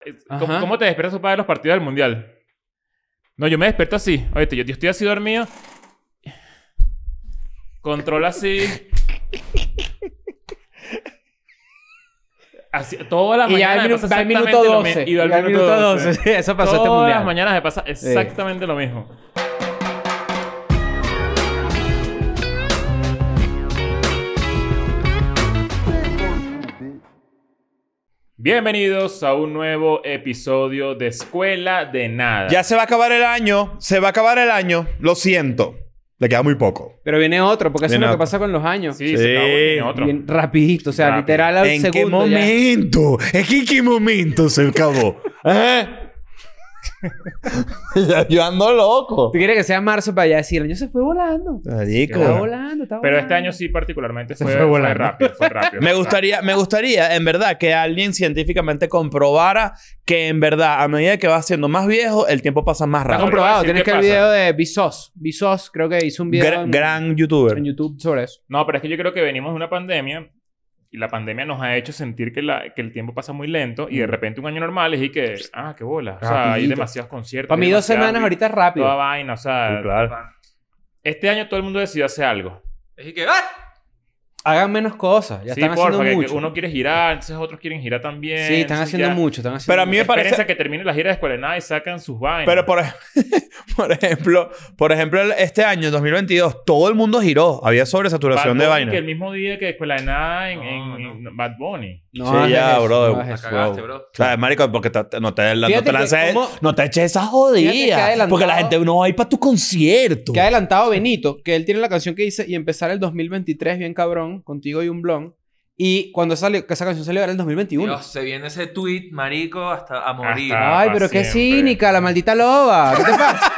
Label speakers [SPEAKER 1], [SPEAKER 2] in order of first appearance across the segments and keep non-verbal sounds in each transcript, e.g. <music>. [SPEAKER 1] Es-
[SPEAKER 2] Ajá.
[SPEAKER 1] ¿cómo, cómo te despiertas tú para ver los partidos del mundial? No, yo me despierto así. Oíste, yo, yo estoy así dormido. Control así. Así, toda la
[SPEAKER 2] Y ya
[SPEAKER 1] mañana
[SPEAKER 2] al
[SPEAKER 1] me
[SPEAKER 2] minuto,
[SPEAKER 1] pasa
[SPEAKER 2] va al minuto
[SPEAKER 1] exactamente lo
[SPEAKER 2] 12.
[SPEAKER 1] mi- Y va al minuto 12.
[SPEAKER 2] Sí, <laughs> eso pasó
[SPEAKER 1] Todas
[SPEAKER 2] este mundial.
[SPEAKER 1] las mañanas me pasa exactamente lo mismo. Bienvenidos a un nuevo episodio de Escuela de Nada.
[SPEAKER 3] Ya se va a acabar el año, se va a acabar el año, lo siento. Le queda muy poco.
[SPEAKER 2] Pero viene otro, porque eso es
[SPEAKER 3] Viene
[SPEAKER 2] lo que
[SPEAKER 3] otro.
[SPEAKER 2] pasa con los años.
[SPEAKER 1] Sí, se acabó
[SPEAKER 3] Sí.
[SPEAKER 1] en otro.
[SPEAKER 2] Bien rapidito, o sea,
[SPEAKER 1] Rápido.
[SPEAKER 2] literal al
[SPEAKER 3] ¿En qué
[SPEAKER 2] segundo ya.
[SPEAKER 3] momento? ¿En qué, qué momento se acabó? <laughs> ¿Eh? Yo ando loco.
[SPEAKER 2] Tú quieres que sea marzo para ya decir, el año se fue volando.
[SPEAKER 3] Marico.
[SPEAKER 2] Está volando, está volando.
[SPEAKER 1] Pero este año sí particularmente fue,
[SPEAKER 2] fue
[SPEAKER 1] fue
[SPEAKER 2] volando.
[SPEAKER 1] rápido, fue rápido.
[SPEAKER 3] Me gustaría, me gustaría, en verdad, que alguien científicamente comprobara que, en verdad, a medida que vas siendo más viejo, el tiempo pasa más
[SPEAKER 2] Está
[SPEAKER 3] rápido.
[SPEAKER 2] comprobado.
[SPEAKER 1] Ahora voy a
[SPEAKER 2] Tienes
[SPEAKER 1] decir
[SPEAKER 2] que
[SPEAKER 1] qué
[SPEAKER 2] el video de Vsauce. Vsauce creo que hizo un video
[SPEAKER 3] Gra-
[SPEAKER 2] en,
[SPEAKER 3] gran youtuber.
[SPEAKER 2] en YouTube sobre eso.
[SPEAKER 1] No, pero es que yo creo que venimos de una pandemia y la pandemia nos ha hecho sentir que, la, que el tiempo pasa muy lento y de repente un año normal es y que, ah, qué bola. O sea, hay
[SPEAKER 2] Mm. Rapidito.
[SPEAKER 1] demasiados conciertos.
[SPEAKER 2] Para
[SPEAKER 1] hay
[SPEAKER 2] mí dos
[SPEAKER 1] demasiado-
[SPEAKER 2] semanas ahorita es rápido.
[SPEAKER 1] Toda vaina, o sea.
[SPEAKER 3] Sí, claro.
[SPEAKER 1] Este año todo el mundo decidió hacer algo.
[SPEAKER 4] Así que, ¡ah!
[SPEAKER 2] Hagan menos cosas. Ya
[SPEAKER 1] sí,
[SPEAKER 2] están
[SPEAKER 1] porfa, que-
[SPEAKER 2] haciendo
[SPEAKER 1] que
[SPEAKER 2] mucho.
[SPEAKER 1] uno quiere girar, entonces otros quieren girar también.
[SPEAKER 2] Sí, están
[SPEAKER 1] entonces
[SPEAKER 2] haciendo
[SPEAKER 1] ya-
[SPEAKER 2] mucho. Están haciendo
[SPEAKER 3] Pero a mí me
[SPEAKER 1] Espérense
[SPEAKER 3] parece...
[SPEAKER 1] que termine la gira de Escuela de Nada y sacan sus vainas.
[SPEAKER 3] Pero por, ej- por ejemplo, por ejemplo, el- este año, 2022, todo el mundo giró. Había sobresaturación de
[SPEAKER 1] vaina.
[SPEAKER 3] vainas.
[SPEAKER 1] Que el mismo día que Escuela de Nada en,
[SPEAKER 4] No,
[SPEAKER 1] en- en Bad Bunny.
[SPEAKER 2] No
[SPEAKER 3] Sí,
[SPEAKER 2] hagas
[SPEAKER 3] ya,
[SPEAKER 2] eso,
[SPEAKER 3] brother.
[SPEAKER 2] no hagas
[SPEAKER 4] La
[SPEAKER 2] eso.
[SPEAKER 4] cagaste,
[SPEAKER 3] wow.
[SPEAKER 4] bro.
[SPEAKER 3] ¿Sabes, marico? Porque ta- no te, la- no
[SPEAKER 2] Fíjate
[SPEAKER 3] te lances...
[SPEAKER 2] que cómo-
[SPEAKER 3] No te eches esa
[SPEAKER 2] Fíjate que
[SPEAKER 3] jodida.
[SPEAKER 2] adelantado-
[SPEAKER 3] Porque la gente no va a ir para tu concierto.
[SPEAKER 2] Que ha adelantado Benito, que él tiene la canción que dice y empezar el 2023 bien cabrón, contigo y un blon. Y cuando salió, que esa canción salió era el 2021.
[SPEAKER 4] Dios, se viene ese tweet, marico, hasta a morir.
[SPEAKER 1] Hasta-
[SPEAKER 2] Ay,
[SPEAKER 1] Ah,
[SPEAKER 2] pero qué
[SPEAKER 1] siempre.
[SPEAKER 2] cínica, la maldita loba. ¿Qué te pasa?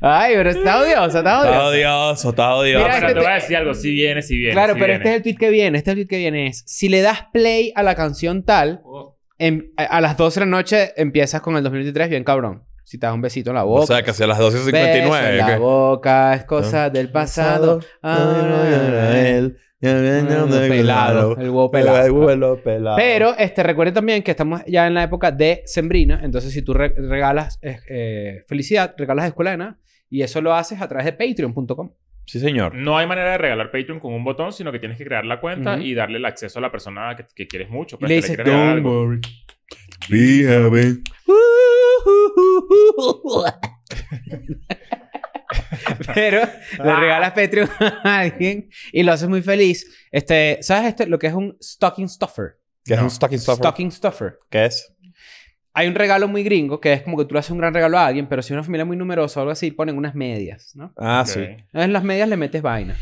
[SPEAKER 2] Ay, pero está odiosa, está
[SPEAKER 3] Está
[SPEAKER 2] odiosa.
[SPEAKER 3] odioso, está
[SPEAKER 1] No,
[SPEAKER 3] odioso.
[SPEAKER 2] Mira,
[SPEAKER 1] pero
[SPEAKER 2] este
[SPEAKER 1] te voy a
[SPEAKER 2] te-
[SPEAKER 1] decir algo. Si viene, si viene.
[SPEAKER 2] Claro,
[SPEAKER 1] sí
[SPEAKER 2] pero
[SPEAKER 1] viene.
[SPEAKER 2] este es el tweet que viene. Este es el tweet que viene es, si le das play a la canción tal,
[SPEAKER 4] Oh,
[SPEAKER 2] en- a, a las 12 de la noche empiezas con el 2023 bien cabrón. Si te das un besito en la boca.
[SPEAKER 3] O sea, que hacia las
[SPEAKER 2] Beso en
[SPEAKER 3] 12.59.
[SPEAKER 2] la
[SPEAKER 3] ¿qué?
[SPEAKER 2] boca es cosa del pasado. Ahora- Pelado. El huevo pelado. Pero este, recuerden también que estamos ya en la época de Sembrina. Entonces, si tú re- regalas eh, eh, felicidad, regalas escuela de nada. Y eso lo haces a través de
[SPEAKER 3] <laughs>
[SPEAKER 2] patreon.com.
[SPEAKER 3] Sí, señor.
[SPEAKER 1] No hay manera de regalar Patreon con un botón, sino que tienes que crear la cuenta
[SPEAKER 2] Ujú.
[SPEAKER 1] y darle el acceso a la persona que, que quieres mucho.
[SPEAKER 2] Y
[SPEAKER 1] pues,
[SPEAKER 2] le
[SPEAKER 1] que
[SPEAKER 2] dices,
[SPEAKER 1] quieres regalar algo.
[SPEAKER 2] Pero le
[SPEAKER 3] Ah.
[SPEAKER 2] regalas Patreon a alguien y lo haces muy feliz. Este, ¿Sabes este? lo que es un stocking stuffer?
[SPEAKER 3] ¿Qué es un stocking stuffer?
[SPEAKER 2] Stocking stuffer.
[SPEAKER 3] ¿Qué es?
[SPEAKER 2] Hay un regalo muy gringo que es como que tú le haces un gran regalo a alguien, pero si es una familia muy numerosa o algo así, ponen unas medias, ¿no?
[SPEAKER 3] Ah,
[SPEAKER 1] Ok.
[SPEAKER 3] sí.
[SPEAKER 2] Entonces en las medias le metes vaina.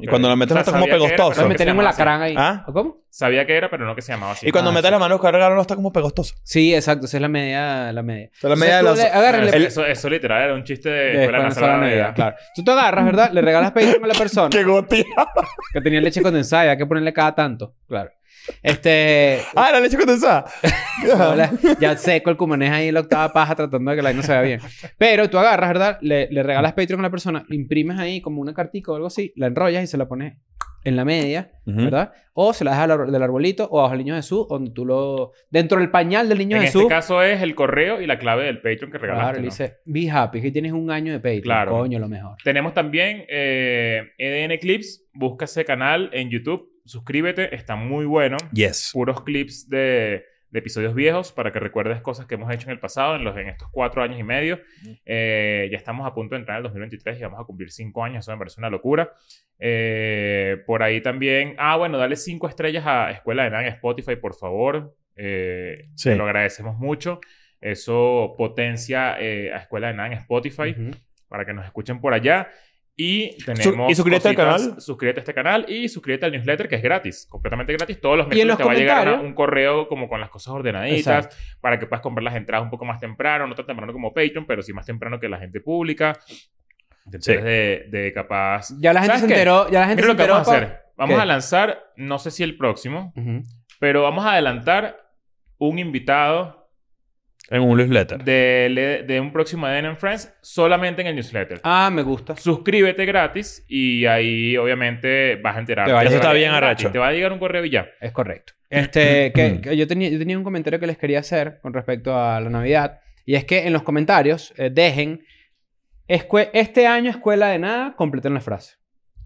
[SPEAKER 3] Y cuando la metes,
[SPEAKER 1] O sea,
[SPEAKER 3] no está como
[SPEAKER 1] sabía que era,
[SPEAKER 3] pegostoso.
[SPEAKER 1] pero
[SPEAKER 2] Entonces
[SPEAKER 1] no que se
[SPEAKER 2] metemos
[SPEAKER 1] llamaba
[SPEAKER 2] la
[SPEAKER 1] así.
[SPEAKER 2] crán ahí.
[SPEAKER 3] ¿Ah?
[SPEAKER 2] ¿O ¿Cómo?
[SPEAKER 1] Sabía que era, pero no que se llamaba así.
[SPEAKER 3] Y cuando
[SPEAKER 2] Ah,
[SPEAKER 3] metes
[SPEAKER 2] sí.
[SPEAKER 3] la mano, que regalo no está como pegostoso.
[SPEAKER 2] Sí, exacto. Esa es la media. La media.
[SPEAKER 3] Esa es la media de
[SPEAKER 2] tú
[SPEAKER 3] los-
[SPEAKER 2] le- agárrale- pues.
[SPEAKER 1] Eso- eso,
[SPEAKER 3] el-
[SPEAKER 1] eso literal era un chiste de,
[SPEAKER 2] de
[SPEAKER 1] escuela de
[SPEAKER 2] Juan Solano
[SPEAKER 1] la
[SPEAKER 2] Neira,
[SPEAKER 1] Navidad.
[SPEAKER 2] claro. Tú te agarras, ¿verdad? Le regalas Patreon a la
[SPEAKER 1] <laughs>
[SPEAKER 2] persona
[SPEAKER 3] gotita!
[SPEAKER 2] que tenía leche condensada. y Hay que ponerle cada tanto. Claro. Este...
[SPEAKER 3] <laughs> ¡Ah, la leche condensada! <laughs>
[SPEAKER 2] Hola. Ya seco el cumanés ahí en la octava paja tratando de que la vaina se vea bien. Pero tú agarras, ¿verdad? Le, le regalas Patreon a la persona, imprimes ahí como una cartica o algo así, la enrollas y se la pones en la media,
[SPEAKER 3] Ujú.
[SPEAKER 2] ¿verdad? O se la dejas al ar- del arbolito o bajo el niño Jesús, donde tú lo. Dentro del pañal del niño
[SPEAKER 1] En
[SPEAKER 2] Jesús.
[SPEAKER 1] este caso es el correo y la clave del Patreon que regalaste.
[SPEAKER 2] claro, le
[SPEAKER 1] ¿no?
[SPEAKER 2] dice, be happy, que tienes un año de Patreon.
[SPEAKER 1] Claro.
[SPEAKER 2] Coño, lo mejor.
[SPEAKER 1] Tenemos también eh, EDN Clips. Busca ese canal en YouTube. Suscríbete. Está muy bueno.
[SPEAKER 3] Yes.
[SPEAKER 1] Puros clips de, de episodios viejos para que recuerdes cosas que hemos hecho en el pasado, en, los, en estos cuatro años y medio. Eh, ya estamos a punto de entrar en el 2023 y vamos a cumplir cinco años. Eso me parece una locura. Eh, por ahí también... Ah, bueno, dale cinco estrellas a Escuela de Nada en Spotify, por favor. Eh,
[SPEAKER 3] Sí.
[SPEAKER 1] Te lo agradecemos mucho. Eso potencia eh, a Escuela de Nada en Spotify para que nos escuchen por allá. Y tenemos.
[SPEAKER 3] y suscríbete al
[SPEAKER 1] cositas.
[SPEAKER 3] canal.
[SPEAKER 1] Suscríbete a este canal y suscríbete al newsletter que es gratis, completamente gratis. Todos los
[SPEAKER 2] Y
[SPEAKER 1] meses
[SPEAKER 2] en los
[SPEAKER 1] te va a llegar una-
[SPEAKER 2] comentarios.
[SPEAKER 1] un correo como con las cosas ordenaditas para que puedas comprar las entradas un poco más temprano, no tan temprano como Patreon, pero sí más temprano que la gente pública. Entonces,
[SPEAKER 3] Sí.
[SPEAKER 1] de, de capaz.
[SPEAKER 2] Ya la gente
[SPEAKER 1] ¿Sabes
[SPEAKER 2] se
[SPEAKER 1] qué?
[SPEAKER 2] enteró. Ya la gente
[SPEAKER 1] Mira
[SPEAKER 2] se
[SPEAKER 1] lo que
[SPEAKER 2] enteró.
[SPEAKER 1] vamos a
[SPEAKER 2] pa-
[SPEAKER 1] hacer. Vamos
[SPEAKER 2] ¿Qué?
[SPEAKER 1] a lanzar, no sé si el próximo,
[SPEAKER 2] Ujú.
[SPEAKER 1] pero vamos a adelantar un invitado
[SPEAKER 3] En un newsletter.
[SPEAKER 1] de, le- de un próximo Eden and Friends solamente en el newsletter.
[SPEAKER 2] Ah, me gusta.
[SPEAKER 1] Suscríbete gratis y ahí obviamente vas a enterar.
[SPEAKER 2] Te va a Eso llegar.
[SPEAKER 3] está bien arrecho.
[SPEAKER 1] Te va a llegar un correo y ya.
[SPEAKER 2] Es correcto. <laughs> Este, que,
[SPEAKER 1] Mm.
[SPEAKER 2] que yo, tenía, yo tenía un comentario que les quería hacer con respecto a la Navidad. Y es que en los comentarios eh, dejen. escue- este año, escuela de nada, completen la frase.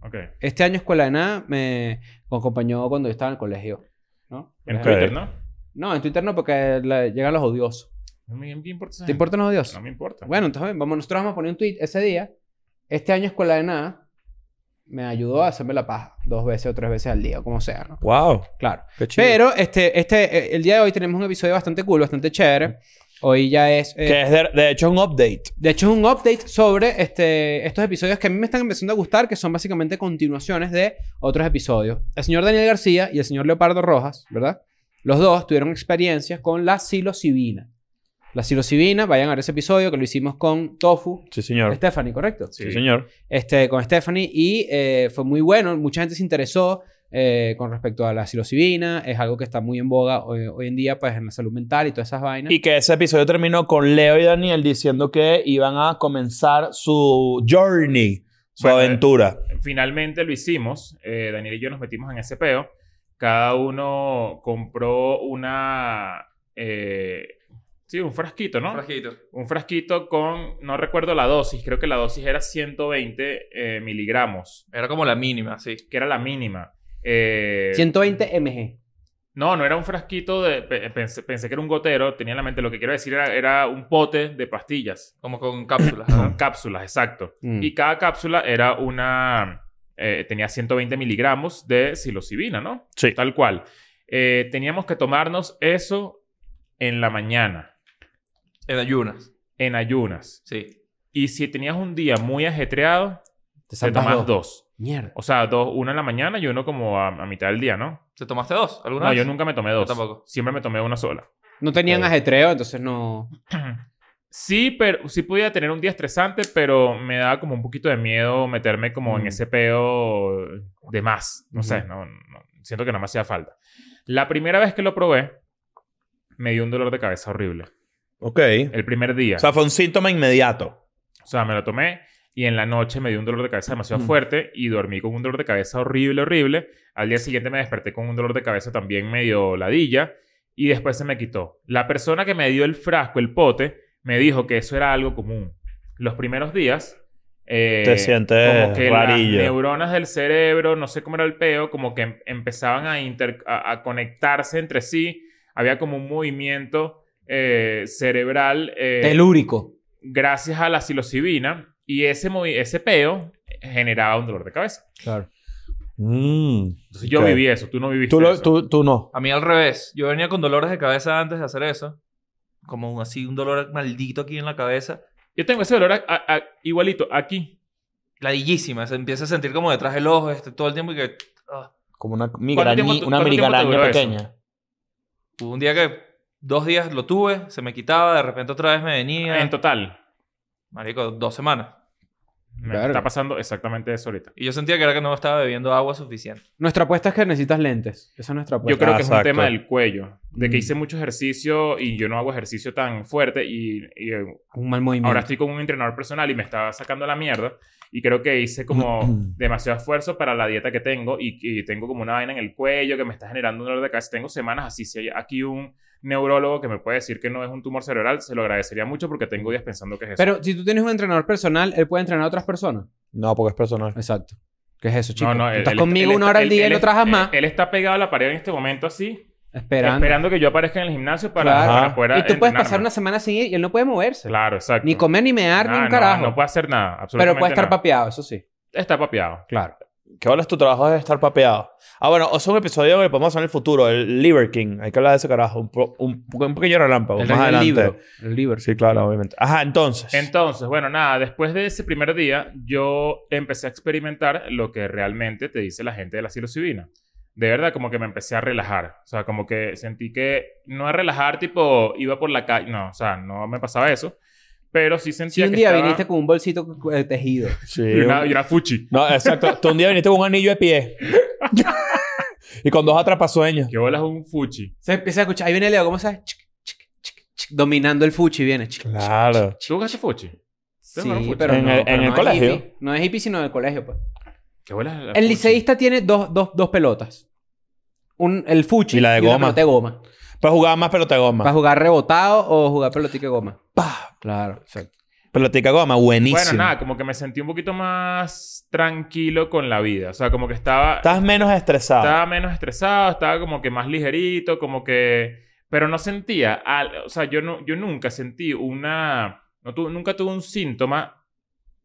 [SPEAKER 1] Ok.
[SPEAKER 2] Este año, escuela de nada, me acompañó cuando yo estaba en el colegio. ¿no? Por
[SPEAKER 1] En
[SPEAKER 2] ejemplo.
[SPEAKER 1] Twitter, ¿no?
[SPEAKER 2] No, en Twitter no, porque la- llegan los odiosos.
[SPEAKER 1] No me ¿qué importa. esa
[SPEAKER 2] ¿Te importan los
[SPEAKER 1] gente?
[SPEAKER 2] odiosos?
[SPEAKER 1] No me importa.
[SPEAKER 2] Bueno, entonces vamos, nosotros vamos a poner un tweet ese día. Este año escuela de nada me ayudó a hacerme la paja dos veces o tres veces al día, o como sea, ¿no?
[SPEAKER 3] Wow.
[SPEAKER 2] Claro.
[SPEAKER 3] Qué chido.
[SPEAKER 2] Pero este, este, eh, el día de hoy tenemos un episodio bastante cool, bastante chévere. Hoy ya es. eh,
[SPEAKER 3] que es de, de hecho un update.
[SPEAKER 2] de hecho, es un update sobre este, estos episodios que a mí me están empezando a gustar, que son básicamente continuaciones de otros episodios. El señor Daniel García y el señor Leopardo Rojas, ¿verdad? Los dos tuvieron experiencias con la psilocibina. La psilocibina, vayan a ver ese episodio que lo hicimos con Tofu
[SPEAKER 3] Sí, señor.
[SPEAKER 2] Stephanie, ¿correcto?
[SPEAKER 3] Sí, señor.
[SPEAKER 2] Este, con Stephanie y eh, fue muy bueno. Mucha gente se interesó eh, con respecto a la psilocibina. Es algo que está muy en boga hoy, hoy en día, pues en la salud mental y todas esas vainas.
[SPEAKER 3] Y que ese episodio terminó con Leo y Daniel diciendo que iban a comenzar su journey, su
[SPEAKER 1] Bueno, eh,
[SPEAKER 3] aventura.
[SPEAKER 1] Finalmente lo hicimos. eh, Daniel y yo nos metimos en ese peo. Cada uno compró una. eh, sí, un frasquito, ¿no?
[SPEAKER 4] Un frasquito.
[SPEAKER 1] un frasquito con, no recuerdo la dosis, creo que la dosis era 120 eh, miligramos,
[SPEAKER 4] Era como la mínima, sí.
[SPEAKER 1] que era la mínima. Eh,
[SPEAKER 2] 120 mg.
[SPEAKER 1] No, no era un frasquito, de, pe- pensé, pensé que era un gotero, tenía en la mente, lo que quiero decir era, era un pote de pastillas,
[SPEAKER 4] Como con cápsulas.
[SPEAKER 1] con
[SPEAKER 4] ¿no?
[SPEAKER 1] cápsulas, exacto.
[SPEAKER 2] Mm.
[SPEAKER 1] Y cada cápsula era una, eh, tenía 120 miligramos de psilocibina, ¿no?
[SPEAKER 3] Sí.
[SPEAKER 1] Tal cual. Eh, teníamos que tomarnos eso en la mañana,
[SPEAKER 4] en ayunas.
[SPEAKER 1] en ayunas.
[SPEAKER 4] Sí.
[SPEAKER 1] Y si tenías un día muy ajetreado,
[SPEAKER 2] Te
[SPEAKER 1] Te
[SPEAKER 2] saltas
[SPEAKER 1] tomas dos.
[SPEAKER 2] Mierda.
[SPEAKER 1] O sea, dos, uno en la mañana y uno como a, a mitad del día, ¿no?
[SPEAKER 4] ¿Te tomaste dos alguna
[SPEAKER 1] No,
[SPEAKER 4] vez?
[SPEAKER 1] yo nunca me tomé dos.
[SPEAKER 4] Yo tampoco.
[SPEAKER 1] Siempre me tomé una sola.
[SPEAKER 2] No tenían
[SPEAKER 1] Claro.
[SPEAKER 2] ajetreo, entonces no.
[SPEAKER 1] Sí, pero sí podía tener un día estresante, pero me daba como un poquito de miedo meterme como en
[SPEAKER 2] Mm.
[SPEAKER 1] ese peo de más. No sé,
[SPEAKER 2] Ujú.
[SPEAKER 1] no, no- siento que no me hacía falta. La primera vez que lo probé, me dio un dolor de cabeza horrible.
[SPEAKER 3] Ok.
[SPEAKER 1] El primer día.
[SPEAKER 3] O sea, fue un síntoma inmediato.
[SPEAKER 1] O sea, me lo tomé y en la noche me dio un dolor de cabeza demasiado
[SPEAKER 2] Mm.
[SPEAKER 1] fuerte y dormí con un dolor de cabeza horrible, horrible. Al día siguiente me desperté con un dolor de cabeza también medio ladilla y después se me quitó. La persona que me dio el frasco, el pote, me dijo que eso era algo común. Los primeros días... eh,
[SPEAKER 3] Te sientes
[SPEAKER 1] como que
[SPEAKER 3] rarillo.
[SPEAKER 1] las neuronas del cerebro, no sé cómo era el peo, como que em- empezaban a, inter- a, a conectarse entre sí. Había como un movimiento eh, cerebral. eh,
[SPEAKER 2] Telúrico.
[SPEAKER 1] gracias a la psilocibina y ese, movi- ese peo generaba un dolor de cabeza.
[SPEAKER 2] Claro.
[SPEAKER 3] Mm.
[SPEAKER 1] Entonces yo
[SPEAKER 3] Ok.
[SPEAKER 1] viví eso, tú no viviste
[SPEAKER 3] Tú, lo-
[SPEAKER 1] eso.
[SPEAKER 3] tú- tú no.
[SPEAKER 4] A mí al revés. Yo venía con dolores de cabeza antes de hacer eso. Como un- así, un dolor maldito aquí en la cabeza.
[SPEAKER 1] Yo tengo ese dolor a- a- a- igualito aquí.
[SPEAKER 4] Ladillísima. Se empieza a sentir como detrás del ojo este, todo el tiempo y que... ah.
[SPEAKER 3] Como una
[SPEAKER 1] tiempo
[SPEAKER 3] migraña,
[SPEAKER 1] tú-
[SPEAKER 3] una
[SPEAKER 1] cuánto tiempo te
[SPEAKER 3] migraña
[SPEAKER 1] duró eso?
[SPEAKER 3] pequeña.
[SPEAKER 4] Hubo un día que... Dos días lo tuve, se me quitaba, de repente otra vez me venía.
[SPEAKER 1] En total,
[SPEAKER 4] Marico, dos semanas.
[SPEAKER 1] me
[SPEAKER 2] Claro.
[SPEAKER 1] está pasando exactamente eso ahorita.
[SPEAKER 4] Y yo sentía que era que no estaba bebiendo agua suficiente.
[SPEAKER 2] Nuestra apuesta es que necesitas lentes. Esa es nuestra
[SPEAKER 1] Yo
[SPEAKER 2] apuesta.
[SPEAKER 1] creo que es un
[SPEAKER 3] exacto.
[SPEAKER 1] tema del cuello, de que
[SPEAKER 2] Mm.
[SPEAKER 1] hice mucho ejercicio y yo no hago ejercicio tan fuerte y, y, eh,
[SPEAKER 2] Un mal movimiento.
[SPEAKER 1] ahora estoy con un entrenador personal y me estaba sacando la mierda y creo que hice
[SPEAKER 2] <clears throat>
[SPEAKER 1] como demasiado esfuerzo para la dieta que tengo y, y tengo como una vaina en el cuello que me está generando un dolor de cabeza. Tengo semanas así. Si hay aquí un neurólogo que me puede decir que no es un tumor cerebral, se lo agradecería mucho porque tengo días pensando que es eso.
[SPEAKER 2] Pero si tú tienes un entrenador personal, él puede entrenar a otras personas.
[SPEAKER 3] No, porque es personal.
[SPEAKER 2] Exacto. ¿Qué es eso, chico? Tú
[SPEAKER 1] él-
[SPEAKER 2] estás
[SPEAKER 1] él-
[SPEAKER 2] conmigo
[SPEAKER 1] él
[SPEAKER 2] una
[SPEAKER 1] está-
[SPEAKER 2] hora al
[SPEAKER 1] él-
[SPEAKER 2] día y
[SPEAKER 1] él
[SPEAKER 2] no
[SPEAKER 1] es-
[SPEAKER 2] trabajas
[SPEAKER 1] él-
[SPEAKER 2] más.
[SPEAKER 1] Él, está pegado a la pared en este momento así,
[SPEAKER 2] esperando.
[SPEAKER 1] esperando, que yo aparezca en el gimnasio para,
[SPEAKER 2] Claro.
[SPEAKER 1] para poder
[SPEAKER 2] Y tú puedes
[SPEAKER 1] entrenarme.
[SPEAKER 2] pasar una semana sin ir y él no puede moverse.
[SPEAKER 1] Claro, exacto.
[SPEAKER 2] Ni comer, ni mear, ni
[SPEAKER 1] Ah,
[SPEAKER 2] un
[SPEAKER 1] no,
[SPEAKER 2] carajo.
[SPEAKER 1] No, puede hacer nada, absolutamente
[SPEAKER 2] pero puede estar
[SPEAKER 1] nada.
[SPEAKER 2] papeado, eso sí.
[SPEAKER 1] Está papeado.
[SPEAKER 2] Claro.
[SPEAKER 3] ¿Qué horas tu trabajo es estar papeado? Ah, bueno, eso es un episodio que podemos hacer en el futuro, el Liver King. Hay que hablar de ese carajo. Un, pro- un, un pequeño relámpago.
[SPEAKER 2] El
[SPEAKER 3] más
[SPEAKER 2] rey del
[SPEAKER 3] adelante.
[SPEAKER 2] libro. El libro.
[SPEAKER 3] Sí, claro, obviamente. Ajá, entonces.
[SPEAKER 1] Entonces, bueno, nada, después de ese primer día, yo empecé a experimentar lo que realmente te dice la gente de la psilocibina. De verdad, como que me empecé a relajar. O sea, como que sentí que no a relajar, tipo, iba por la calle. No, o sea, no me pasaba eso. Pero sí
[SPEAKER 2] Si
[SPEAKER 1] sentía
[SPEAKER 2] un
[SPEAKER 1] que
[SPEAKER 2] día
[SPEAKER 1] estaba-
[SPEAKER 2] viniste con un bolsito de tejido.
[SPEAKER 3] Sí,
[SPEAKER 1] Y una,
[SPEAKER 3] un-
[SPEAKER 1] y una fuchi.
[SPEAKER 3] No, exacto. Tú un día viniste con un anillo de pie. y con dos atrapasueños.
[SPEAKER 1] Que bolas un fuchi.
[SPEAKER 2] Se empieza a escuchar. Ahí viene Leo, ¿cómo sabes? ch, dominando el fuchi viene. ch, ch,
[SPEAKER 3] Claro.
[SPEAKER 1] ¿Tú jugaste fuchi?
[SPEAKER 2] Sí,
[SPEAKER 1] jugaron fuchi?
[SPEAKER 2] pero
[SPEAKER 3] En
[SPEAKER 2] no,
[SPEAKER 3] el-
[SPEAKER 2] pero
[SPEAKER 3] en
[SPEAKER 2] no
[SPEAKER 3] el
[SPEAKER 2] es
[SPEAKER 3] colegio.
[SPEAKER 2] hippie. No es hippie, sino del colegio, pues.
[SPEAKER 1] ¿Qué bolas la
[SPEAKER 2] El
[SPEAKER 1] fuchi?
[SPEAKER 2] liceísta tiene dos, dos, dos pelotas. Un, el fuchi
[SPEAKER 3] Y la de
[SPEAKER 2] una
[SPEAKER 3] goma.
[SPEAKER 2] pelota de goma.
[SPEAKER 3] Para jugar Pues más pelota de
[SPEAKER 2] Para
[SPEAKER 3] goma.
[SPEAKER 2] jugar rebotado o jugar pelotica de goma.
[SPEAKER 3] Pa.
[SPEAKER 2] Claro, exacto.
[SPEAKER 3] Pelotica de goma, buenísimo.
[SPEAKER 1] Bueno, nada, como que me sentí un poquito más tranquilo con la vida. O sea, como que estaba...
[SPEAKER 3] Estás menos estresado.
[SPEAKER 1] Estaba menos estresado, estaba como que más ligerito, como que... Pero no sentía... al- O sea, yo, no, yo nunca sentí una... No tu- nunca tuve un síntoma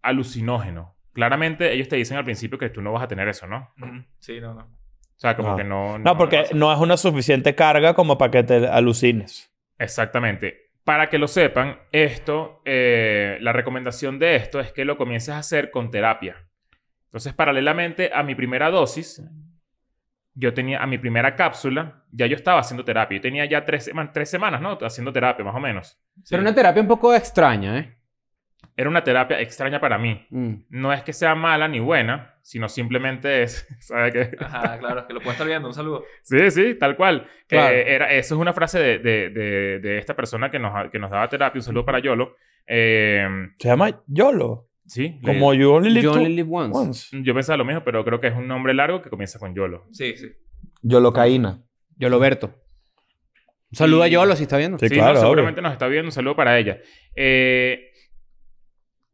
[SPEAKER 1] alucinógeno. Claramente ellos te dicen al principio que tú no vas a tener eso, ¿no? O
[SPEAKER 4] Ujú. Sí, no, no.
[SPEAKER 1] sea, como
[SPEAKER 3] No.
[SPEAKER 1] que no...
[SPEAKER 3] No, porque no es una suficiente carga como para que te alucines.
[SPEAKER 1] Exactamente. Para que lo sepan, esto, eh, la recomendación de esto es que lo comiences a hacer con terapia. Entonces, paralelamente a mi primera dosis, yo tenía, a mi primera cápsula, ya yo estaba haciendo terapia. Yo tenía ya tres, sema- tres semanas, ¿no? Haciendo terapia, más o menos.
[SPEAKER 2] Pero una terapia un poco extraña, ¿eh?
[SPEAKER 1] Era una terapia extraña para mí.
[SPEAKER 2] Mm.
[SPEAKER 1] No es que sea mala ni buena, sino simplemente es, <laughs> ¿sabes qué?
[SPEAKER 4] Ajá, claro, que lo puedo estar viendo. Un saludo.
[SPEAKER 1] Sí, sí, tal cual.
[SPEAKER 2] Claro.
[SPEAKER 1] Eh, era, eso es una frase de, de- de- de esta persona que nos, que nos daba terapia. Un saludo para Yolo. Eh,
[SPEAKER 3] Se llama YOLO.
[SPEAKER 1] sí. le-
[SPEAKER 3] Como You Only Live
[SPEAKER 2] You only
[SPEAKER 3] Two-
[SPEAKER 2] live once.
[SPEAKER 3] Once.
[SPEAKER 1] Yo pensaba lo mismo, pero creo que es un nombre largo que comienza con YOLO.
[SPEAKER 4] Sí, sí.
[SPEAKER 3] Yolocaína.
[SPEAKER 2] Yoloberto. Un saludo a
[SPEAKER 1] Y-
[SPEAKER 2] Yolo si está viendo.
[SPEAKER 3] Sí,
[SPEAKER 1] no,
[SPEAKER 3] claro. obvio.
[SPEAKER 1] seguramente nos está viendo. Un saludo para ella. Eh,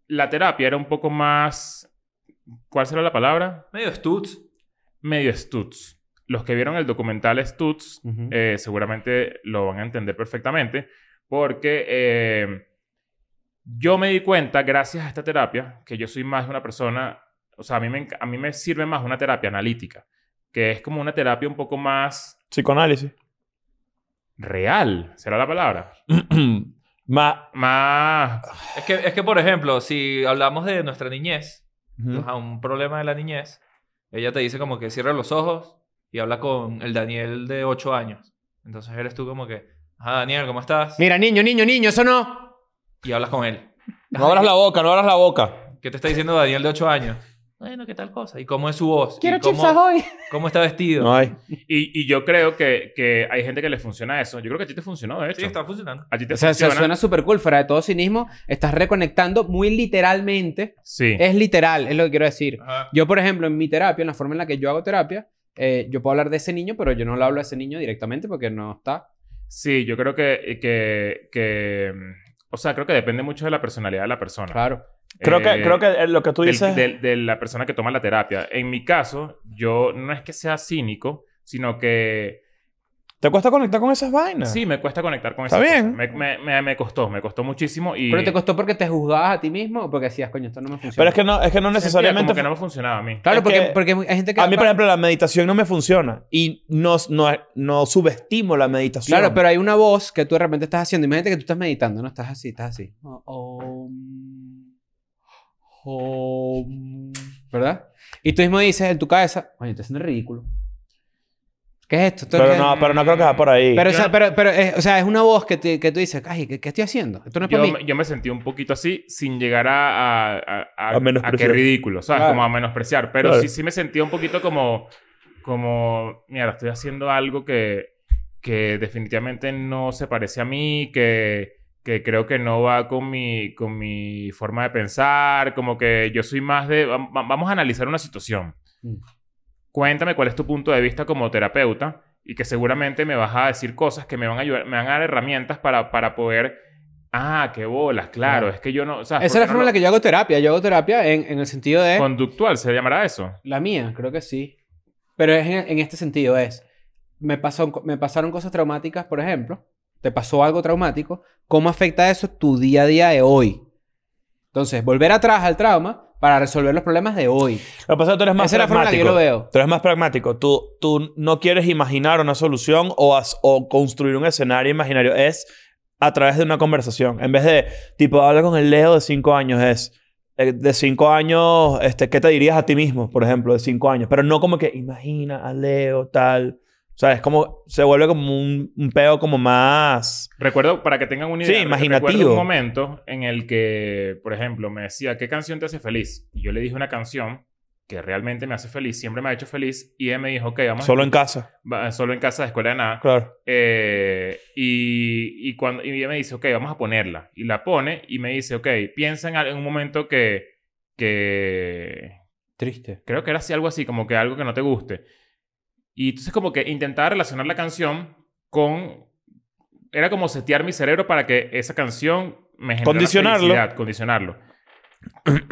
[SPEAKER 1] la terapia era un poco más... ¿Cuál será la palabra?
[SPEAKER 4] Medio Stutz.
[SPEAKER 1] Medio Stutz. Los que vieron el documental Stutz
[SPEAKER 2] Ujú.
[SPEAKER 1] eh, seguramente lo van a entender perfectamente porque eh, yo me di cuenta, gracias a esta terapia, que yo soy más una persona, o sea, a mí me, enc- a mí me sirve más una terapia analítica, que es como una terapia un poco más...
[SPEAKER 2] <clears throat>
[SPEAKER 3] Psicoanálisis.
[SPEAKER 1] real, será la palabra.
[SPEAKER 3] Ma-
[SPEAKER 1] Más.
[SPEAKER 4] Es que, es que, por ejemplo, si hablamos de nuestra niñez, a un problema de la niñez, ella te dice como que cierra los ojos y habla con el Daniel de 8 años. Entonces eres tú como que, ah, Daniel, ¿cómo estás?
[SPEAKER 2] Mira, niño, niño, niño, eso no.
[SPEAKER 4] Y hablas con él.
[SPEAKER 3] No abras la boca, no abras la boca.
[SPEAKER 4] ¿Qué te está diciendo Daniel de 8 años? Bueno, ¿qué tal cosa? ¿Y cómo es su voz? ¿Y
[SPEAKER 2] Quiero
[SPEAKER 4] cómo,
[SPEAKER 2] chips hoy.
[SPEAKER 4] ¿Cómo está vestido?
[SPEAKER 3] No hay.
[SPEAKER 1] Y, y yo creo que, que hay gente que le funciona eso. Yo creo que a ti te funcionó, de hecho.
[SPEAKER 4] Sí, está funcionando.
[SPEAKER 1] A ti te
[SPEAKER 2] O sea, se
[SPEAKER 1] funciona.
[SPEAKER 2] suena súper cool. Fuera de todo cinismo, estás reconectando muy literalmente.
[SPEAKER 1] Sí.
[SPEAKER 2] Es literal, es lo que quiero decir.
[SPEAKER 4] Ajá.
[SPEAKER 2] Yo, por ejemplo, en mi terapia, en la forma en la que yo hago terapia, eh, yo puedo hablar de ese niño, pero yo no le hablo a ese niño directamente porque no está.
[SPEAKER 1] Sí, yo creo que, que, que. mm, O sea, creo que depende mucho de la personalidad de la persona.
[SPEAKER 2] Claro.
[SPEAKER 3] Creo que,
[SPEAKER 1] Eh,
[SPEAKER 3] creo que eh, lo que tú
[SPEAKER 1] del-
[SPEAKER 3] dices.
[SPEAKER 1] del- de la persona que toma la terapia. En mi caso, yo no es que sea cínico, sino que
[SPEAKER 3] ¿Te cuesta conectar con esas vainas?
[SPEAKER 1] sí me cuesta conectar con
[SPEAKER 3] Está
[SPEAKER 1] esas
[SPEAKER 3] bien.
[SPEAKER 1] cosas. Me, me- me- me costó, me costó muchísimo. Y
[SPEAKER 2] ¿Pero te costó porque te juzgabas a ti mismo o porque decías, coño, esto no me funciona?
[SPEAKER 3] Pero es que no, es que no
[SPEAKER 1] sentía
[SPEAKER 3] necesariamente.
[SPEAKER 1] Como que no me funcionaba a mí.
[SPEAKER 2] Claro,
[SPEAKER 3] es
[SPEAKER 2] porque,
[SPEAKER 3] que-
[SPEAKER 2] porque hay gente que...
[SPEAKER 3] A mí, por ejemplo, la meditación no me funciona. Y no, no, no subestimo la meditación.
[SPEAKER 2] Claro, pero hay una voz que tú de repente estás haciendo. Imagínate que tú estás meditando, ¿no? Estás así, estás así. ¿Verdad? Y tú mismo dices en tu cabeza, oye, estoy haciendo el ridículo. ¿Qué es esto? Esto
[SPEAKER 3] Pero
[SPEAKER 2] es-
[SPEAKER 3] no, pero no creo que sea por ahí.
[SPEAKER 2] Pero, o
[SPEAKER 1] yo
[SPEAKER 2] sea,
[SPEAKER 1] no-
[SPEAKER 2] pero, pero, eh, o sea, es una voz que, te- que tú dices, ay, ¿qué, qué estoy haciendo? Esto no es para
[SPEAKER 1] yo,
[SPEAKER 2] mí.
[SPEAKER 1] me- yo me sentí un poquito así sin llegar a, a, a, a-
[SPEAKER 3] A menospreciar.
[SPEAKER 1] a qué ridículo, ¿sabes?
[SPEAKER 2] Claro.
[SPEAKER 1] Como a menospreciar. Pero
[SPEAKER 3] Claro.
[SPEAKER 1] sí, sí me sentía un poquito como, como, mira, estoy haciendo algo que, que definitivamente no se parece a mí, que, que creo que no va con mi, con mi forma de pensar, como que yo soy más de, vam- vam- vamos a analizar una situación.
[SPEAKER 2] Mm.
[SPEAKER 1] Cuéntame cuál es tu punto de vista como terapeuta y que seguramente me vas a decir cosas que me van a ayudar, me van a dar herramientas para, para poder... Ah, qué bolas, claro,
[SPEAKER 2] Claro.
[SPEAKER 1] es que yo no... o sea,
[SPEAKER 2] Esa es
[SPEAKER 1] ¿por qué
[SPEAKER 2] la
[SPEAKER 1] no
[SPEAKER 2] forma en
[SPEAKER 1] lo-
[SPEAKER 2] la que yo hago terapia. Yo hago terapia en, en el sentido de...
[SPEAKER 1] Conductual, ¿se llamará eso?
[SPEAKER 2] La mía, creo que sí. Pero es en, en este sentido, es, me, pasó, me pasaron cosas traumáticas, por ejemplo, te pasó algo traumático, ¿cómo afecta eso tu día a día de hoy? Entonces, volver atrás al trauma para resolver los problemas de hoy.
[SPEAKER 3] Lo que pasa es que tú eres más
[SPEAKER 2] Esa es la forma en la que
[SPEAKER 3] pragmático.
[SPEAKER 2] yo lo veo.
[SPEAKER 3] Tú eres más pragmático. Tú, tú no quieres imaginar una solución o, as- o construir un escenario imaginario. Es a través de una conversación. En vez de, tipo, habla con el Leo de cinco años. Es, eh, de cinco años, este, ¿qué te dirías a ti mismo, por ejemplo, de cinco años? Pero no como que imagina a Leo, tal. O sea, es como, se vuelve como un, un peo como más...
[SPEAKER 1] Recuerdo, para que tengan una idea,
[SPEAKER 3] Sí,
[SPEAKER 1] re-
[SPEAKER 3] imaginativo.
[SPEAKER 1] recuerdo un momento en el que, por ejemplo, me decía, ¿qué canción te hace feliz? Y yo le dije una canción que realmente me hace feliz, siempre me ha hecho feliz, y ella me dijo, ok, vamos a-
[SPEAKER 3] Solo en casa.
[SPEAKER 1] va- solo en casa de escuela de nada.
[SPEAKER 3] Claro.
[SPEAKER 1] Eh, y, y cuando y ella me dice, ok, vamos a ponerla. Y la pone y me dice, ok, piensa en, al- en un momento que, que
[SPEAKER 3] <clears throat>
[SPEAKER 2] Triste.
[SPEAKER 1] creo que era así algo así, como que algo que no te guste. Y entonces como que intentaba relacionar la canción con... Era como setear mi cerebro para que esa canción me generara
[SPEAKER 3] Condicionarlo.
[SPEAKER 1] felicidad, condicionarlo.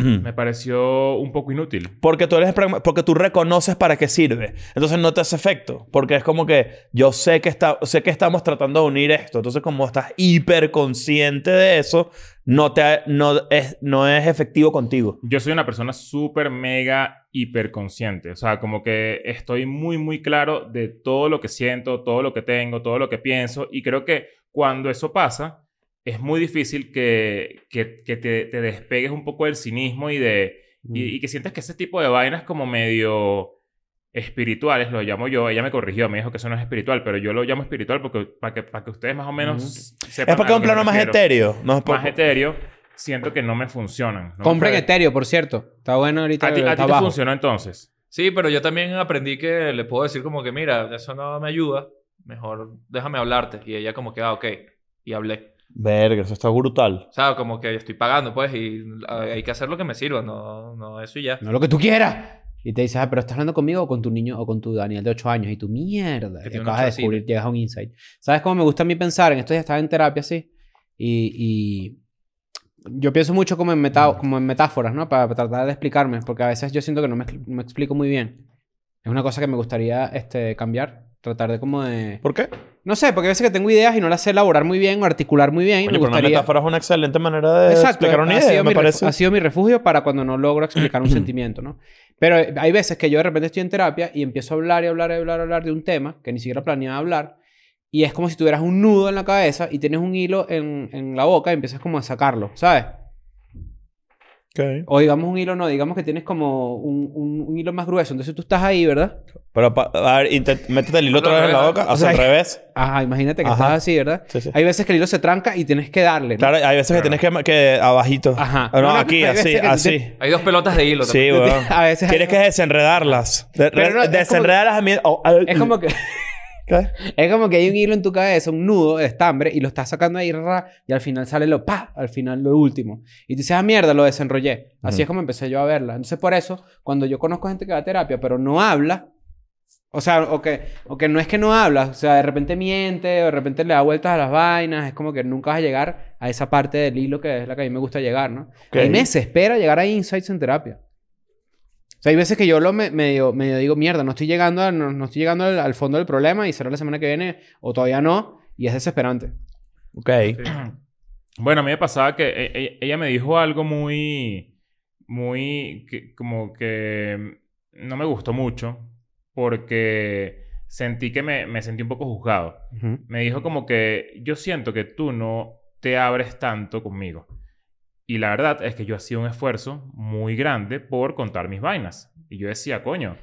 [SPEAKER 1] Me pareció un poco inútil.
[SPEAKER 3] Porque tú, eres pragma- porque tú reconoces para qué sirve. Entonces no te hace efecto. Porque es como que yo sé que, está, sé que estamos tratando de unir esto. Entonces como estás hiperconsciente de eso, no, te, ha- no, es, no es efectivo contigo.
[SPEAKER 1] Yo soy una persona súper, mega, hiperconsciente. O sea, como que estoy muy, muy claro de todo lo que siento, todo lo que tengo, todo lo que pienso. Y creo que cuando eso pasa, es muy difícil que, que, que te, te despegues un poco del cinismo y de... Y,
[SPEAKER 3] Mm.
[SPEAKER 1] y que sientas que ese tipo de vainas como medio espirituales, lo llamo yo. Ella me corrigió, me dijo que eso no es espiritual, pero yo lo llamo espiritual porque para que, para que ustedes más o menos sepan
[SPEAKER 3] Mm. Es porque
[SPEAKER 1] a
[SPEAKER 3] es
[SPEAKER 1] lo
[SPEAKER 3] un
[SPEAKER 1] que me
[SPEAKER 3] plano más
[SPEAKER 1] refiero.
[SPEAKER 3] etéreo. No es por-
[SPEAKER 1] Más etéreo. Siento que no me funcionan. No me
[SPEAKER 2] Compren
[SPEAKER 1] fue-
[SPEAKER 2] etéreo, por cierto. Está bueno ahorita.
[SPEAKER 1] a ti, a ti
[SPEAKER 2] está
[SPEAKER 1] te
[SPEAKER 2] bajo.
[SPEAKER 1] funcionó entonces. <clears throat>
[SPEAKER 4] Sí, pero yo también aprendí que le puedo decir como que, mira, eso no me ayuda, mejor déjame hablarte. Y ella como que, ah, ok. Y hablé.
[SPEAKER 3] Verga, eso está brutal.
[SPEAKER 4] O sea, como que estoy pagando, pues, y hay que hacer lo que me sirva, no, no eso y ya.
[SPEAKER 2] No lo que tú quieras. Y te dices, ah, pero estás hablando conmigo o con tu niño o con tu Daniel de 8 años. Y tu mierda.
[SPEAKER 4] Que
[SPEAKER 2] Y
[SPEAKER 4] tiene un
[SPEAKER 2] acabas de
[SPEAKER 4] ocho así,
[SPEAKER 2] descubrir,
[SPEAKER 4] ¿no?
[SPEAKER 2] llegas a un insight. ¿Sabes cómo me gusta a mí pensar? En esto ya estaba en terapia así. Y, y yo pienso mucho como en, meta- como en metáforas, ¿no? Para, tratar de explicarme. Porque a veces yo siento que no me, expli- me explico muy bien. Es una cosa que me gustaría este, cambiar. Tratar de como de...
[SPEAKER 3] ¿Por qué?
[SPEAKER 2] No sé, porque a veces que tengo ideas y no las sé elaborar muy bien o articular muy bien. y
[SPEAKER 3] Coño,
[SPEAKER 2] me
[SPEAKER 3] pero una
[SPEAKER 2] gustaría...
[SPEAKER 3] metáfora es una excelente manera de explicar una
[SPEAKER 2] ha
[SPEAKER 3] idea,
[SPEAKER 2] sido
[SPEAKER 3] me
[SPEAKER 2] mi refu-
[SPEAKER 3] parece.
[SPEAKER 2] Ha sido mi refugio para cuando no logro explicar
[SPEAKER 3] <clears throat>
[SPEAKER 2] un sentimiento, ¿no? Pero eh, hay veces que yo de repente estoy en terapia y empiezo a hablar y hablar y hablar, y hablar de un tema que ni siquiera planeaba hablar. Y es como si tuvieras un nudo en la cabeza y tienes un hilo en, en la boca y empiezas como a sacarlo, ¿sabes?
[SPEAKER 3] Ok.
[SPEAKER 2] O digamos un hilo no, digamos que tienes como un, un- un hilo más grueso. Entonces tú estás ahí, ¿verdad?
[SPEAKER 3] Pero, pa- a ver, intent- métete el hilo otra vez en la boca. O sea, al revés.
[SPEAKER 2] Ajá, imagínate que
[SPEAKER 3] Ajá.
[SPEAKER 2] estás así, ¿verdad?
[SPEAKER 3] Sí, sí.
[SPEAKER 2] <laughs> Hay veces que el hilo se tranca y tienes que darle. ¿no?
[SPEAKER 3] Claro, hay veces que tienes que, ma- que abajito.
[SPEAKER 2] Ajá.
[SPEAKER 3] Ah, No,
[SPEAKER 2] No, no,
[SPEAKER 3] aquí,
[SPEAKER 2] hay veces
[SPEAKER 3] así,
[SPEAKER 2] que tú
[SPEAKER 3] así.
[SPEAKER 4] Hay dos pelotas de hilo.
[SPEAKER 3] Sí,
[SPEAKER 4] también.
[SPEAKER 3] weón.
[SPEAKER 2] <laughs> A veces hay-
[SPEAKER 3] <laughs> Tienes que desenredarlas. De-
[SPEAKER 2] Pero no, es como-
[SPEAKER 3] desenredarlas a mí. oh, ah,
[SPEAKER 2] Es como que...
[SPEAKER 3] ¿Qué?
[SPEAKER 2] Es como que hay un hilo en tu cabeza, un nudo de estambre, y lo estás sacando ahí, ra, y al final sale lo pa, al final lo último. Y tú dices, ah, mierda, lo desenrollé. Así
[SPEAKER 3] Ujú.
[SPEAKER 2] es como empecé yo a verla. Entonces, por eso, cuando yo conozco gente que va a terapia, pero no habla, o sea, o que, o que no es que no habla, o sea, de repente miente, o de repente le da vueltas a las vainas, es como que nunca vas a llegar a esa parte del hilo que es la que a mí me gusta llegar, ¿no?
[SPEAKER 3] Ok.
[SPEAKER 2] Y me desespera llegar a insights en terapia. O sea, hay veces que yo lo me- medio, medio digo, mierda, no estoy llegando, a- no, no estoy llegando al, al fondo del problema y será la semana que viene o todavía no. Y es desesperante.
[SPEAKER 3] Ok.
[SPEAKER 1] Bueno, a mí me pasaba que e- e- ella me dijo algo muy, muy, que- como que no me gustó mucho porque sentí que me, me sentí un poco juzgado. Me dijo como que yo siento que tú no te abres tanto conmigo. Y la verdad es que yo hacía un esfuerzo muy grande por contar mis vainas. Y yo decía, coño,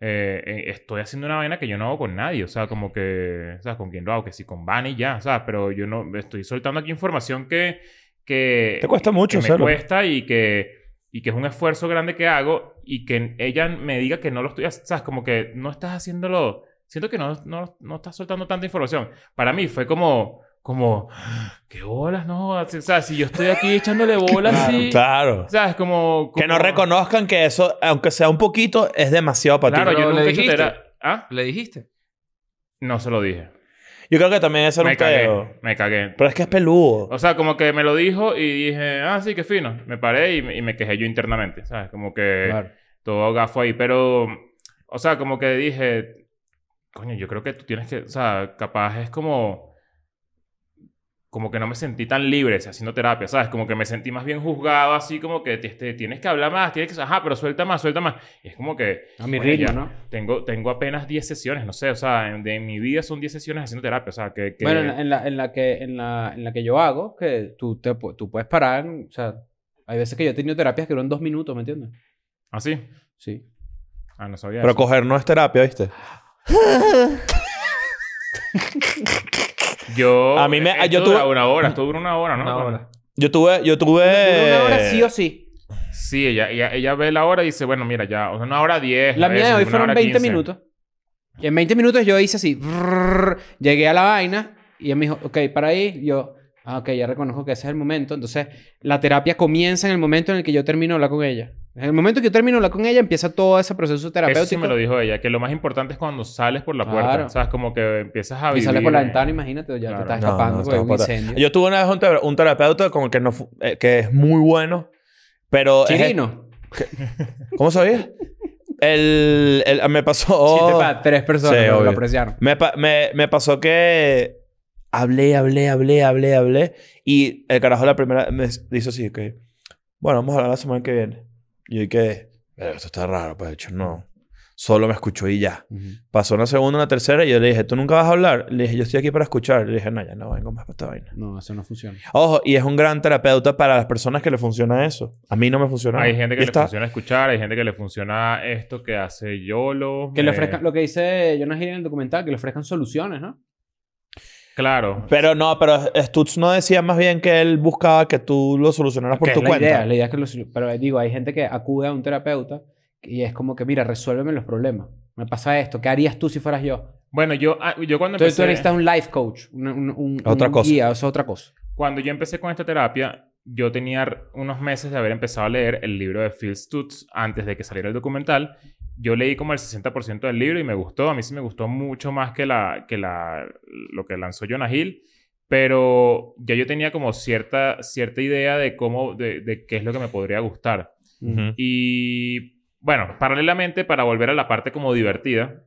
[SPEAKER 1] eh, eh, estoy haciendo una vaina que yo no hago con nadie. O sea, como que, ¿sabes? ¿Con quién lo hago? Que si con Van y ya, ¿sabes? Pero yo no, estoy soltando aquí información que... que
[SPEAKER 3] Te cuesta mucho
[SPEAKER 1] que me
[SPEAKER 3] hacerlo.
[SPEAKER 1] cuesta y que, y que es un esfuerzo grande que hago y que ella me diga que no lo estoy haciendo. ¿Sabes? Como que no estás haciéndolo... Siento que no, no, no estás soltando tanta información. Para mí fue como... Como... ¿Qué bolas? No, o sea, si yo estoy aquí
[SPEAKER 4] <laughs>
[SPEAKER 1] echándole bolas
[SPEAKER 3] Claro,
[SPEAKER 1] sí.
[SPEAKER 3] claro.
[SPEAKER 1] O sea, es como...
[SPEAKER 3] Que no
[SPEAKER 1] como-
[SPEAKER 3] reconozcan que eso, aunque sea un poquito, es demasiado para
[SPEAKER 1] Claro,
[SPEAKER 3] ti.
[SPEAKER 4] Pero
[SPEAKER 1] yo
[SPEAKER 4] le
[SPEAKER 1] nunca he hecho
[SPEAKER 4] dijiste.
[SPEAKER 1] tera- ¿Ah?
[SPEAKER 4] ¿Le dijiste?
[SPEAKER 1] No se lo dije.
[SPEAKER 3] Yo creo que también eso era
[SPEAKER 1] Me
[SPEAKER 3] un pedo.
[SPEAKER 1] cagué. Me cagué.
[SPEAKER 3] Pero es que es peludo.
[SPEAKER 1] O sea, como que me lo dijo y dije, ah, sí, qué fino. Me paré y, me- y me quejé yo internamente, ¿sabes? Como que
[SPEAKER 2] Claro.
[SPEAKER 1] todo gafo ahí. Pero, o sea, como que dije, coño, yo creo que tú tienes que, o sea, capaz es como, como que no me sentí tan libre o sea, haciendo terapia, ¿sabes? Como que me sentí más bien juzgado, así como que este, tienes que hablar más, tienes que, ajá, pero suelta más, suelta más. Y es como que...
[SPEAKER 2] A mi
[SPEAKER 1] Bueno,
[SPEAKER 2] ritmo,
[SPEAKER 1] ya.
[SPEAKER 2] ¿no?
[SPEAKER 1] Tengo, tengo apenas 10 sesiones, no sé, o sea, en- de mi vida son 10 sesiones haciendo terapia, o sea, que... que-
[SPEAKER 2] Bueno, en la, en la, en la que, en, la, en la que yo hago, que tú, te, pu- tú puedes parar. en- o sea, hay veces que yo he tenido terapias que duran dos minutos, ¿me entiendes?
[SPEAKER 1] ¿Ah, sí?
[SPEAKER 2] Sí.
[SPEAKER 1] Ah, no sabía
[SPEAKER 3] Pero
[SPEAKER 1] eso.
[SPEAKER 3] coger no es terapia, ¿viste?
[SPEAKER 1] Yo... eh,
[SPEAKER 3] A mí me-
[SPEAKER 1] esto
[SPEAKER 3] yo tuve-
[SPEAKER 1] dura una hora, esto dura una hora, ¿no?
[SPEAKER 4] Una hora.
[SPEAKER 3] Yo tuve. Yo tuve.
[SPEAKER 1] Eh,
[SPEAKER 2] Dura una hora sí o sí.
[SPEAKER 1] Sí, ella, ella, ella ve la hora y dice, bueno, mira, ya, o sea, una hora diez.
[SPEAKER 2] La
[SPEAKER 1] a
[SPEAKER 2] mía de
[SPEAKER 1] veces,
[SPEAKER 2] hoy
[SPEAKER 1] una
[SPEAKER 2] fueron
[SPEAKER 1] hora
[SPEAKER 2] 20
[SPEAKER 1] quince.
[SPEAKER 2] minutos. Y en 20 minutos yo hice así. brrr, llegué a la vaina y él me dijo, ok, para ahí. Yo, ah, ok, ya reconozco que ese es el momento. Entonces, la terapia comienza en el momento en el que yo termino de hablar con ella. En el momento que yo termino de hablar con ella, empieza todo ese proceso terapéutico.
[SPEAKER 1] Eso sí me lo dijo ella, que lo más importante es cuando sales por la puerta.
[SPEAKER 2] Claro.
[SPEAKER 1] ¿Sabes? Como que empiezas a
[SPEAKER 2] y
[SPEAKER 1] vivir...
[SPEAKER 2] sale por la ventana, imagínate, ya
[SPEAKER 1] Claro.
[SPEAKER 2] te estás
[SPEAKER 3] No,
[SPEAKER 2] escapando
[SPEAKER 3] no,
[SPEAKER 2] porque hay un
[SPEAKER 3] estamos para-
[SPEAKER 2] incendio.
[SPEAKER 3] Yo tuve una vez un, ter- un terapeuta con el que, no fu- eh, que es muy bueno, pero... es-
[SPEAKER 2] Chirino.
[SPEAKER 3] ¿Cómo sabías? el, el- me pasó...
[SPEAKER 2] Chiste para tres personas,
[SPEAKER 3] oh, Sí,
[SPEAKER 2] pero lo
[SPEAKER 3] obvio.
[SPEAKER 2] apreciaron.
[SPEAKER 3] Me, pa- me, me pasó que hablé, hablé, hablé, hablé, hablé. Y el carajo la primera me dice así, que, bueno, vamos a hablar la semana que viene. Y yo que, esto está raro, pues de hecho no. Solo me escuchó y ya. Pasó una segunda, una tercera y yo le dije, ¿tú nunca vas a hablar? Le dije, yo estoy aquí para escuchar. Le dije, no, ya no vengo más para esta vaina.
[SPEAKER 2] No, eso no funciona.
[SPEAKER 3] Ojo, y es un gran terapeuta para las personas que le funciona eso. A mí no me funciona.
[SPEAKER 1] Hay gente que le
[SPEAKER 3] Y está-
[SPEAKER 1] funciona escuchar, hay gente que le funciona esto que hace Yolo.
[SPEAKER 2] Que le
[SPEAKER 1] eh,
[SPEAKER 2] ofrezcan, lo que dice Jonas Hill en el documental, que le ofrezcan soluciones, ¿no?
[SPEAKER 1] Claro.
[SPEAKER 3] Pero no, pero Stutz no decía más bien que él buscaba que tú lo solucionaras por
[SPEAKER 2] Que
[SPEAKER 3] tu
[SPEAKER 2] es la
[SPEAKER 3] cuenta.
[SPEAKER 2] idea, la idea es que los- pero eh, digo, hay gente que acude a un terapeuta y es como que, mira, resuélveme los problemas. Me pasa esto. ¿Qué harías tú si fueras yo?
[SPEAKER 1] Bueno, yo, ah, yo cuando
[SPEAKER 2] Entonces tú
[SPEAKER 1] empecé...
[SPEAKER 2] necesitas un life coach, un, un- un-
[SPEAKER 3] Otra
[SPEAKER 2] un
[SPEAKER 3] cosa.
[SPEAKER 2] guía, eso es otra cosa.
[SPEAKER 1] Cuando yo empecé con esta terapia, yo tenía r- unos meses de haber empezado a leer el libro de Phil Stutz antes de que saliera el documental. Yo leí como el 60% del libro y me gustó. A mí sí me gustó mucho más que, la, que la, lo que lanzó Jonah Hill. Pero ya yo tenía como cierta, cierta idea de cómo, de, de qué es lo que me podría gustar.
[SPEAKER 3] Ujú.
[SPEAKER 1] Y bueno, paralelamente, para volver a la parte como divertida,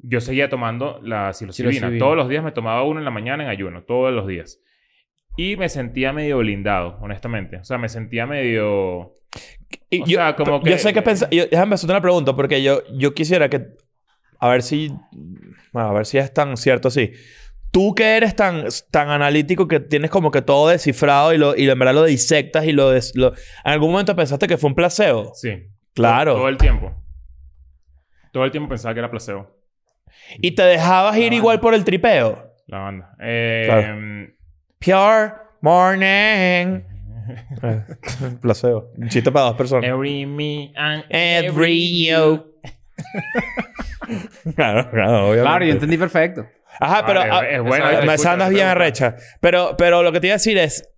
[SPEAKER 1] yo seguía tomando la psilocibina.
[SPEAKER 2] Psilocibina.
[SPEAKER 1] Todos los días me tomaba uno en la mañana en ayuno, todos los días. Y me sentía medio blindado, honestamente. O sea, me sentía medio...
[SPEAKER 3] Y
[SPEAKER 1] O
[SPEAKER 3] yo,
[SPEAKER 1] sea, como que-
[SPEAKER 3] yo sé que pensar. Déjame hacerte una pregunta, porque yo, yo quisiera que. A ver si. Bueno, a ver si es tan cierto así. Tú que eres tan, tan analítico que tienes como que todo descifrado y, lo, y en verdad lo disectas y lo, des- lo- ¿En algún momento pensaste que fue un placebo?
[SPEAKER 1] Sí. Todo,
[SPEAKER 3] Claro.
[SPEAKER 1] el tiempo. Todo el tiempo pensaba que era placebo.
[SPEAKER 3] Y te dejabas ir
[SPEAKER 1] Ah.
[SPEAKER 3] igual por el tripeo.
[SPEAKER 1] La banda. Eh,
[SPEAKER 3] Claro. Pure morning. Eh, <laughs> placebo. Un chiste para dos personas.
[SPEAKER 1] Every me and
[SPEAKER 3] Every you. <laughs> claro, claro, obviamente.
[SPEAKER 2] Claro, yo entendí perfecto.
[SPEAKER 3] Ajá,
[SPEAKER 1] Ah,
[SPEAKER 3] pero
[SPEAKER 1] es-
[SPEAKER 3] ah,
[SPEAKER 1] es buena,
[SPEAKER 3] esa-
[SPEAKER 1] te
[SPEAKER 3] me
[SPEAKER 1] escucho,
[SPEAKER 3] andas
[SPEAKER 1] te
[SPEAKER 3] bien
[SPEAKER 1] gusta.
[SPEAKER 3] arrecha. Pero, pero lo que te iba a decir es,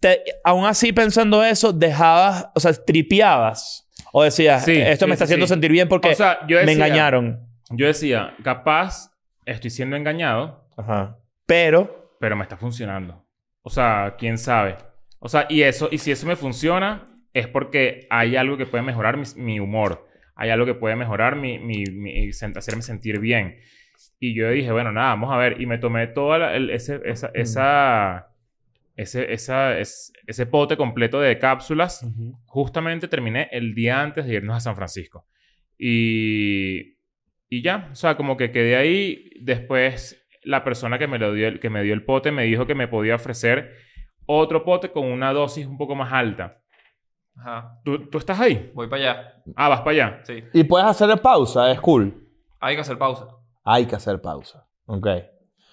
[SPEAKER 3] te- aún así pensando eso, dejabas, o sea, tripeabas. O decías,
[SPEAKER 1] Sí,
[SPEAKER 3] esto
[SPEAKER 1] sí,
[SPEAKER 3] me está
[SPEAKER 1] sí,
[SPEAKER 3] haciendo
[SPEAKER 1] sí.
[SPEAKER 3] sentir bien porque
[SPEAKER 1] O sea, yo
[SPEAKER 3] me
[SPEAKER 1] decía-
[SPEAKER 3] engañaron.
[SPEAKER 1] Yo decía, capaz estoy siendo engañado,
[SPEAKER 3] Ajá. Pero,
[SPEAKER 1] pero me está funcionando. O sea, quién sabe. O sea, y eso, y si eso me funciona, es porque hay algo que puede mejorar mi, mi humor. Hay algo que puede mejorar mi, mi, mi- sen- hacerme sentir bien. Y yo dije, bueno, nada, vamos a ver. Y me tomé toda la- el- ese, esa, esa, ese, esa, es- ese pote completo de cápsulas. Justamente terminé el día antes de irnos a San Francisco. Y, y ya, o sea, como que quedé ahí. Después, la persona que me, lo dio, el- que me dio el pote me dijo que me podía ofrecer otro pote con una dosis un poco más alta.
[SPEAKER 4] Ajá.
[SPEAKER 1] ¿Tú, tú estás ahí?
[SPEAKER 4] Voy para allá.
[SPEAKER 1] Ah, vas para allá.
[SPEAKER 4] Sí.
[SPEAKER 5] Y puedes hacer pausa, es cool.
[SPEAKER 4] Hay que hacer pausa.
[SPEAKER 5] Hay que hacer pausa. Ok.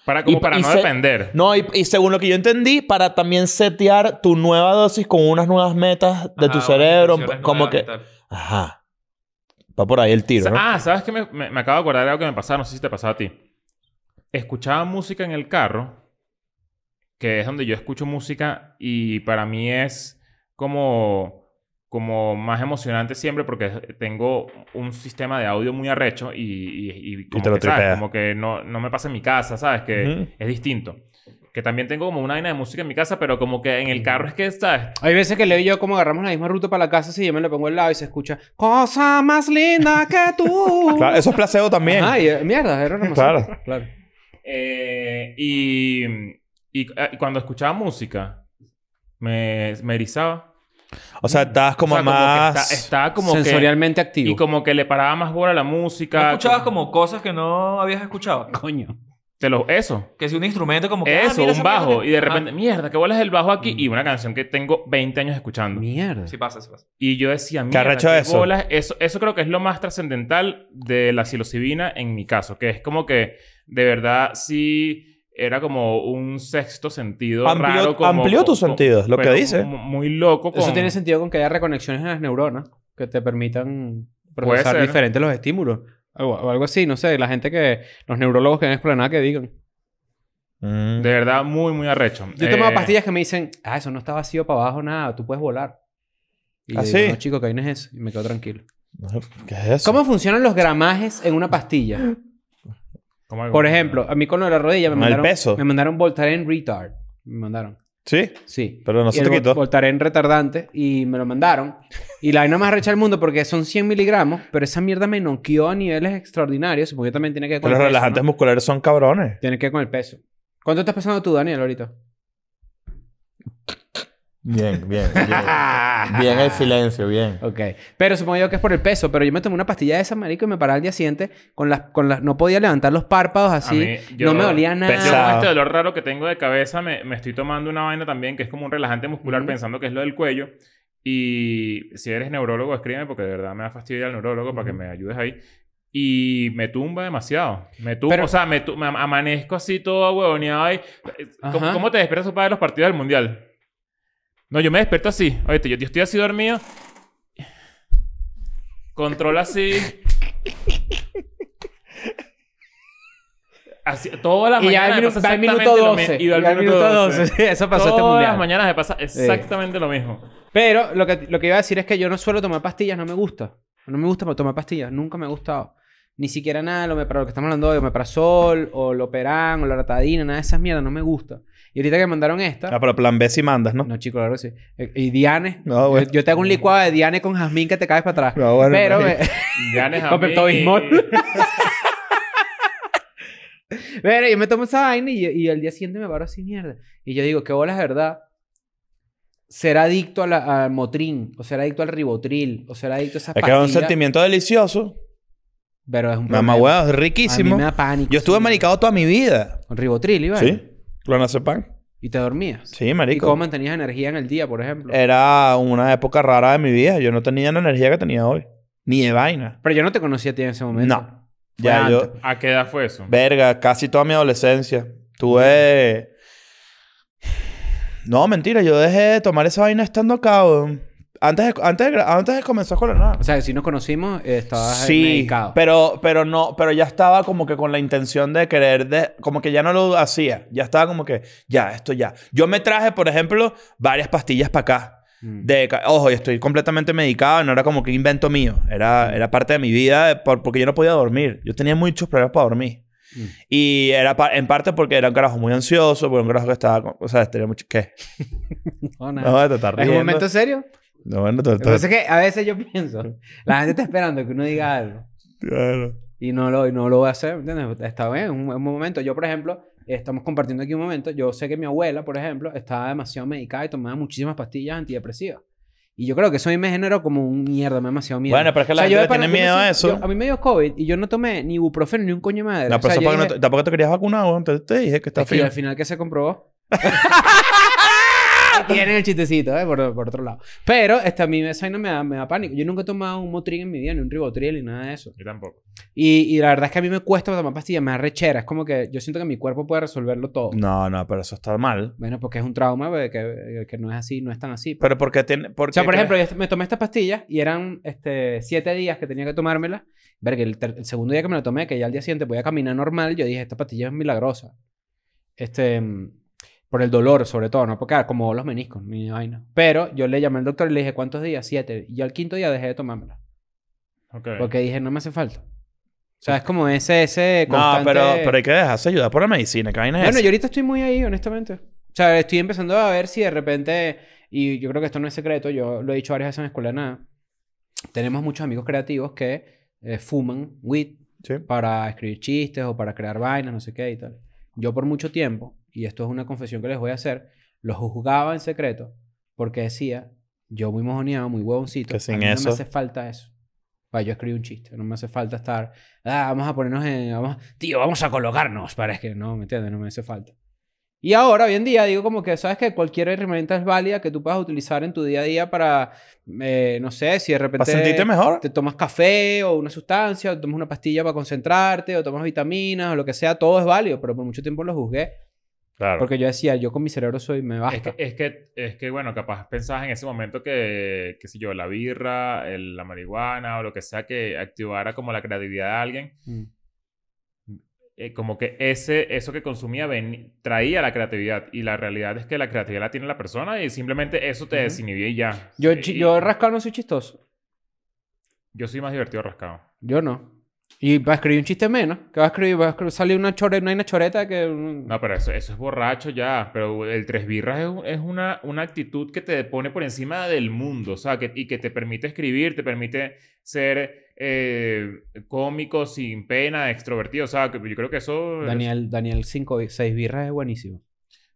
[SPEAKER 1] Para, como
[SPEAKER 5] Y-
[SPEAKER 1] para
[SPEAKER 5] y
[SPEAKER 1] no
[SPEAKER 5] se-
[SPEAKER 1] depender.
[SPEAKER 3] no, y, y según lo que yo entendí, para también setear tu nueva dosis con unas nuevas metas de
[SPEAKER 4] Ajá,
[SPEAKER 1] Ah,
[SPEAKER 3] tu
[SPEAKER 4] unas
[SPEAKER 3] cerebro,
[SPEAKER 4] intenciones
[SPEAKER 3] como
[SPEAKER 4] nuevas y
[SPEAKER 3] que...
[SPEAKER 4] tal.
[SPEAKER 3] Ajá. Va por ahí el
[SPEAKER 1] O sea,
[SPEAKER 3] tiro, ¿no?
[SPEAKER 1] Ah, ¿sabes qué? Me, me- me acabo de acordar de algo que me pasaba. No sé si te pasaba a ti. Escuchaba música en el carro, que es donde yo escucho música y para mí es como, como más emocionante siempre porque es- tengo un sistema de audio muy arrecho y, y, y como,
[SPEAKER 3] te lo
[SPEAKER 1] que, ¿sabes?
[SPEAKER 3] tripeas.
[SPEAKER 1] como que no, no me pasa en mi casa, ¿sabes? Que
[SPEAKER 3] Ujú.
[SPEAKER 1] es distinto. Que también tengo como una vaina de música en mi casa, pero como que en el carro es que, ¿sabes?
[SPEAKER 2] Hay veces que leo yo como agarramos la misma ruta para la casa, si yo me lo pongo al lado y se escucha, cosa más linda que
[SPEAKER 1] Ah,
[SPEAKER 2] tú.
[SPEAKER 3] <laughs> Claro, eso es placebo también.
[SPEAKER 2] Ay, eh, mierda, era una
[SPEAKER 3] Claro.
[SPEAKER 2] masacre. claro.
[SPEAKER 1] Eh, y, y, ah, y cuando escuchaba música, me, me erizaba.
[SPEAKER 3] O sea, estabas como
[SPEAKER 1] O sea,
[SPEAKER 3] más...
[SPEAKER 1] que está- estaba como
[SPEAKER 2] Sensorialmente
[SPEAKER 1] que...
[SPEAKER 2] activo.
[SPEAKER 1] Y como que le paraba más bola a la
[SPEAKER 4] ¿No
[SPEAKER 1] música.
[SPEAKER 4] escuchabas como cosas que no habías escuchado?
[SPEAKER 2] Coño.
[SPEAKER 1] Te lo, eso.
[SPEAKER 4] Que si un instrumento como que... ah,
[SPEAKER 1] eso,
[SPEAKER 4] mira
[SPEAKER 1] un
[SPEAKER 4] esa
[SPEAKER 1] bajo.
[SPEAKER 4] mierda que-
[SPEAKER 1] Y de
[SPEAKER 4] Ajá.
[SPEAKER 1] repente, mierda, que bola es el bajo aquí.
[SPEAKER 3] Mm.
[SPEAKER 1] Y una canción que tengo 20 años escuchando.
[SPEAKER 2] Mierda.
[SPEAKER 4] Sí pasa, sí pasa.
[SPEAKER 1] Y yo decía,
[SPEAKER 3] ¿Qué
[SPEAKER 1] mierda,
[SPEAKER 3] arrecho
[SPEAKER 1] qué
[SPEAKER 3] eso?
[SPEAKER 1] bolas. Eso, eso creo que es lo más trascendental de la psilocibina en mi caso, que es como que de verdad sí era como un sexto sentido
[SPEAKER 3] Amplió-
[SPEAKER 1] raro. Como,
[SPEAKER 3] amplió tus
[SPEAKER 1] con-
[SPEAKER 3] sentidos, lo que
[SPEAKER 1] pero
[SPEAKER 3] dice.
[SPEAKER 1] mu- Muy loco.
[SPEAKER 2] Eso
[SPEAKER 1] con-
[SPEAKER 2] tiene sentido con que haya reconexiones en las neuronas que te permitan procesar
[SPEAKER 1] ser.
[SPEAKER 2] diferentes los estímulos. O, o algo así, no sé. La gente que... Los neurólogos que han explanado que digan.
[SPEAKER 3] Mm.
[SPEAKER 1] De verdad, muy, muy arrecho.
[SPEAKER 2] Yo he tomado
[SPEAKER 1] Eh,
[SPEAKER 2] pastillas que me dicen, ah, eso no está vacío para abajo nada, tú puedes volar. Y yo
[SPEAKER 3] ¿Ah,
[SPEAKER 2] digo,
[SPEAKER 3] sí?
[SPEAKER 2] no, chico, que ahí no es eso. Y me quedo tranquilo.
[SPEAKER 3] ¿Qué es eso?
[SPEAKER 2] ¿Cómo funcionan los gramajes en una pastilla?
[SPEAKER 1] ¿cómo-
[SPEAKER 2] Por ejemplo, a mí con lo de la rodilla me
[SPEAKER 3] Con el
[SPEAKER 2] mandaron...
[SPEAKER 3] peso.
[SPEAKER 2] Me mandaron Voltaren Retard. Me mandaron.
[SPEAKER 3] Sí,
[SPEAKER 2] Sí.
[SPEAKER 3] pero no
[SPEAKER 2] Y
[SPEAKER 3] se
[SPEAKER 2] el
[SPEAKER 3] te
[SPEAKER 2] Vol-
[SPEAKER 3] quitó.
[SPEAKER 2] Voltaren retardante y me lo mandaron. Y la vaina más recha del mundo porque son 100 miligramos, pero esa mierda me noqueó a niveles extraordinarios. Supongo que también tiene que ver con
[SPEAKER 3] Pero los
[SPEAKER 2] el peso.
[SPEAKER 3] relajantes
[SPEAKER 2] ¿no?
[SPEAKER 3] musculares son cabrones.
[SPEAKER 2] Tiene que ver con el peso. ¿Cuánto estás pesando tú, Daniel, ahorita?
[SPEAKER 5] Bien, bien, bien. Bien el silencio, bien.
[SPEAKER 2] Ok. Pero supongo yo que es por el peso. Pero yo me tomé una pastilla de esa, marico, y me paraba al día siguiente con las... Con las no podía levantar los párpados así.
[SPEAKER 1] mí, yo-
[SPEAKER 2] no me dolía nada.
[SPEAKER 1] Yo con
[SPEAKER 3] Pesado.
[SPEAKER 1] este dolor raro que tengo de cabeza me, me estoy tomando una vaina también que es como un relajante muscular
[SPEAKER 2] Ujú.
[SPEAKER 1] pensando que es lo del cuello. Y si eres neurólogo, escríbeme porque de verdad me da fastidio ir al neurólogo para que me ayudes ahí. Y me tumba demasiado. Me tumba,
[SPEAKER 2] Pero-
[SPEAKER 1] o sea, me, tu- me am- amanezco así todo huevoneado ahí. eh, ¿Cómo,
[SPEAKER 2] Ajá.
[SPEAKER 1] cómo te despiertas tú para ver los partidos del mundial? No, yo me despierto así. Oíste, yo, yo estoy así dormido. Controlo así. así toda la
[SPEAKER 2] Y ya
[SPEAKER 1] mañana.
[SPEAKER 2] al
[SPEAKER 1] me
[SPEAKER 2] minu-
[SPEAKER 1] pasa
[SPEAKER 2] va al minuto
[SPEAKER 1] exactamente lo
[SPEAKER 2] 12.
[SPEAKER 1] mi- Y al minuto 12.
[SPEAKER 2] Sí, <laughs> eso pasó
[SPEAKER 1] Todas
[SPEAKER 2] este mundial.
[SPEAKER 1] las mañanas me pasa exactamente lo mismo.
[SPEAKER 2] Pero lo que, lo que iba a decir es que yo no suelo tomar pastillas, no me gusta. No me gusta tomar pastillas, nunca me ha gustado. Ni siquiera nada, lo, para lo que estamos hablando de omeprazol, o loperán, o la ratadina, nada de esas mierdas, no me gusta. Y ahorita que me mandaron esta...
[SPEAKER 3] Ah, pero plan B si mandas, ¿no?
[SPEAKER 2] No, chico, claro que sí. Eh, Y Diane.
[SPEAKER 3] No, bueno.
[SPEAKER 2] yo, yo te hago un licuado de Diane con jazmín que te caes para atrás.
[SPEAKER 3] No, bueno,
[SPEAKER 2] pero,
[SPEAKER 3] marico.
[SPEAKER 1] Ganes a
[SPEAKER 2] Con
[SPEAKER 1] mí.
[SPEAKER 2] Pepto-Bismol. <laughs> pero yo me tomo esa vaina y, y al día siguiente me paro así, mierda. Y yo digo, qué bolas, de ¿verdad? Ser adicto a la- al motrin, o ser adicto al ribotril, o ser adicto a esas
[SPEAKER 3] Es que es un
[SPEAKER 2] pastillas.
[SPEAKER 3] sentimiento delicioso.
[SPEAKER 2] Pero es un
[SPEAKER 3] Mamá
[SPEAKER 2] problema.
[SPEAKER 3] huevo, es riquísimo.
[SPEAKER 2] A mí me da pánico.
[SPEAKER 3] Yo estuve
[SPEAKER 2] sí.
[SPEAKER 3] manicado toda mi vida.
[SPEAKER 2] Con ribotril, Iván.
[SPEAKER 3] ¿Clonazepam?
[SPEAKER 2] Y te dormías.
[SPEAKER 3] Sí,
[SPEAKER 2] ¿Y cómo
[SPEAKER 3] marico. Eh.
[SPEAKER 2] mantenías energía en el día, por ejemplo?
[SPEAKER 3] Era una época rara de mi vida. Yo no tenía la energía que tenía hoy. Ni de vaina.
[SPEAKER 2] Pero yo no te conocía a ti en ese momento.
[SPEAKER 3] No. Ya
[SPEAKER 2] Fue
[SPEAKER 3] yo...
[SPEAKER 2] antes.
[SPEAKER 1] ¿A qué edad fue eso?
[SPEAKER 3] Verga, casi toda mi adolescencia. Tuve... No, mentira. Yo dejé de tomar esa vaina estando acá, weón. Antes de, antes de gra- antes de comenzar con la nada.
[SPEAKER 2] O sea, que si nos conocimos, eh, estabas
[SPEAKER 3] sí,
[SPEAKER 2] medicado.
[SPEAKER 3] pero pero no, pero ya estaba como que con la intención de querer de como que ya no lo hacía, ya estaba como que ya esto ya. Yo me traje, por ejemplo, varias pastillas para acá.
[SPEAKER 2] Mm.
[SPEAKER 3] De, ca- ojo, y estoy completamente medicado, no era como que invento mío, era, era parte de mi vida de- por- porque yo no podía dormir, yo tenía muchos problemas para dormir.
[SPEAKER 2] Mm.
[SPEAKER 3] Y era pa- en parte porque era un carajo muy ansioso, porque era un carajo que estaba, con- o sea, tenía mucho ¿qué?
[SPEAKER 2] Oh, No, nada.
[SPEAKER 3] No, te estás
[SPEAKER 2] ¿Es un
[SPEAKER 3] riendo.
[SPEAKER 2] momento serio?
[SPEAKER 3] No, bueno, te-
[SPEAKER 2] Lo que pasa es que a veces yo pienso, la gente está esperando que uno diga algo
[SPEAKER 3] Claro.
[SPEAKER 2] y no lo, y no lo va a hacer, ¿entiendes? Está bien, es un, es un momento. Yo, por ejemplo, eh, estamos compartiendo aquí un momento. Yo sé que mi abuela, por ejemplo, estaba demasiado medicada y tomaba muchísimas pastillas antidepresivas. Y yo creo que eso a mí me generó como un mierda, me da demasiado miedo.
[SPEAKER 3] Bueno, pero es que la gente
[SPEAKER 2] yo
[SPEAKER 3] le
[SPEAKER 2] de pana- yo
[SPEAKER 3] tiene
[SPEAKER 2] me
[SPEAKER 3] miedo a
[SPEAKER 2] siento-
[SPEAKER 3] eso.
[SPEAKER 2] yo- a mí me dio COVID y yo no tomé ni ibuprofeno ni un coño de madre.
[SPEAKER 3] No,
[SPEAKER 2] O sea,
[SPEAKER 3] pero eso
[SPEAKER 2] yo
[SPEAKER 3] porque no
[SPEAKER 2] dije,
[SPEAKER 3] te- tampoco te querías vacunar, weón. Entonces te dije que está
[SPEAKER 2] es que
[SPEAKER 3] frío.
[SPEAKER 2] al final que se
[SPEAKER 3] <laughs>
[SPEAKER 2] comprobó. Tienen el chistecito, ¿eh? Por, por otro lado. Pero este, a mí esa vaina me da, me da pánico. Yo nunca he tomado un Motrin en mi vida, ni un Ribotril, ni nada de eso.
[SPEAKER 1] Yo tampoco.
[SPEAKER 2] Y, y la verdad es que a mí me cuesta tomar pastillas, me da rechera. Es como que yo siento que mi cuerpo puede resolverlo todo.
[SPEAKER 3] No, no, pero eso está mal.
[SPEAKER 2] Bueno, porque es un trauma pues, que, que no es así, no es tan así. pues.
[SPEAKER 3] Pero porque tiene.
[SPEAKER 2] o sea, por ejemplo, yo me tomé estas pastillas y eran este, siete días que tenía que tomármelas. Verga, el, ter- el segundo día que me lo tomé, que ya al día siguiente podía caminar normal, yo dije, esta pastilla es milagrosa. Este, mm, por el dolor, sobre todo, ¿no? Porque ah, como los meniscos, mi vaina. Pero yo le llamé al doctor y le dije, ¿cuántos días? Siete. Y yo al quinto día dejé de tomármela.
[SPEAKER 1] Ok.
[SPEAKER 2] Porque dije, no me hace falta. O sea, es como ese, ese constante...
[SPEAKER 3] No, pero, pero hay que dejarse ayudar por la medicina. ¿Qué vaina es
[SPEAKER 2] Bueno,
[SPEAKER 3] esa?
[SPEAKER 2] yo ahorita estoy muy ahí, honestamente. O sea, estoy empezando a ver si de repente, y yo creo que esto no es secreto, yo lo he dicho varias veces en la escuela de nada, tenemos muchos amigos creativos que eh, fuman weed
[SPEAKER 3] Sí.
[SPEAKER 2] para escribir chistes o para crear vainas, no sé qué y tal. Yo por mucho tiempo, y esto es una confesión que les voy a hacer, los juzgaba en secreto porque decía, yo muy mojoneado, muy huevoncito,
[SPEAKER 3] Que sin
[SPEAKER 2] a mí
[SPEAKER 3] eso-
[SPEAKER 2] no me hace falta eso. Para yo escribí un chiste, no me hace falta estar, ah, vamos a ponernos en, vamos, tío, vamos a colocarnos para es que no, ¿me entiendes? No me hace falta. Y ahora, hoy en día, digo como que, ¿sabes que Cualquier herramienta es válida que tú puedas utilizar en tu día a día para, eh, no sé, si de repente...
[SPEAKER 3] ¿Para sentirte mejor?
[SPEAKER 2] Te tomas café o una sustancia, o tomas una pastilla para concentrarte, o tomas vitaminas, o lo que sea, todo es válido, pero por mucho tiempo lo juzgué.
[SPEAKER 1] Claro.
[SPEAKER 2] Porque yo decía, yo con mi cerebro soy, me
[SPEAKER 1] Es
[SPEAKER 2] basta.
[SPEAKER 1] que, es, que, es que, bueno, capaz pensabas en ese momento que, qué sé yo, la birra, el- la marihuana o lo que sea que activara como la creatividad de alguien.
[SPEAKER 2] Mm.
[SPEAKER 1] eh, como que ese, eso que consumía ven- traía la creatividad. Y la realidad es que la creatividad la tiene la persona y simplemente eso te
[SPEAKER 2] Ujú.
[SPEAKER 1] desinhibía y ya.
[SPEAKER 2] Yo,
[SPEAKER 1] Y-
[SPEAKER 2] chi- yo rascado no soy chistoso.
[SPEAKER 1] yo soy más divertido rascado.
[SPEAKER 2] Yo no. Y para escribir un chiste menos. ¿Qué vas a escribir? ¿Vas a escri- salir una choreta? ¿No hay una choreta que...?
[SPEAKER 1] No, pero eso, eso es borracho ya. Pero el tres birras es, un- es una, una actitud que te pone por encima del mundo, o sea, que, y que te permite escribir, te permite ser eh, cómico, sin pena, extrovertido. O sea, que yo creo que eso. es-
[SPEAKER 2] Daniel, Daniel 5, 6 birras es buenísimo.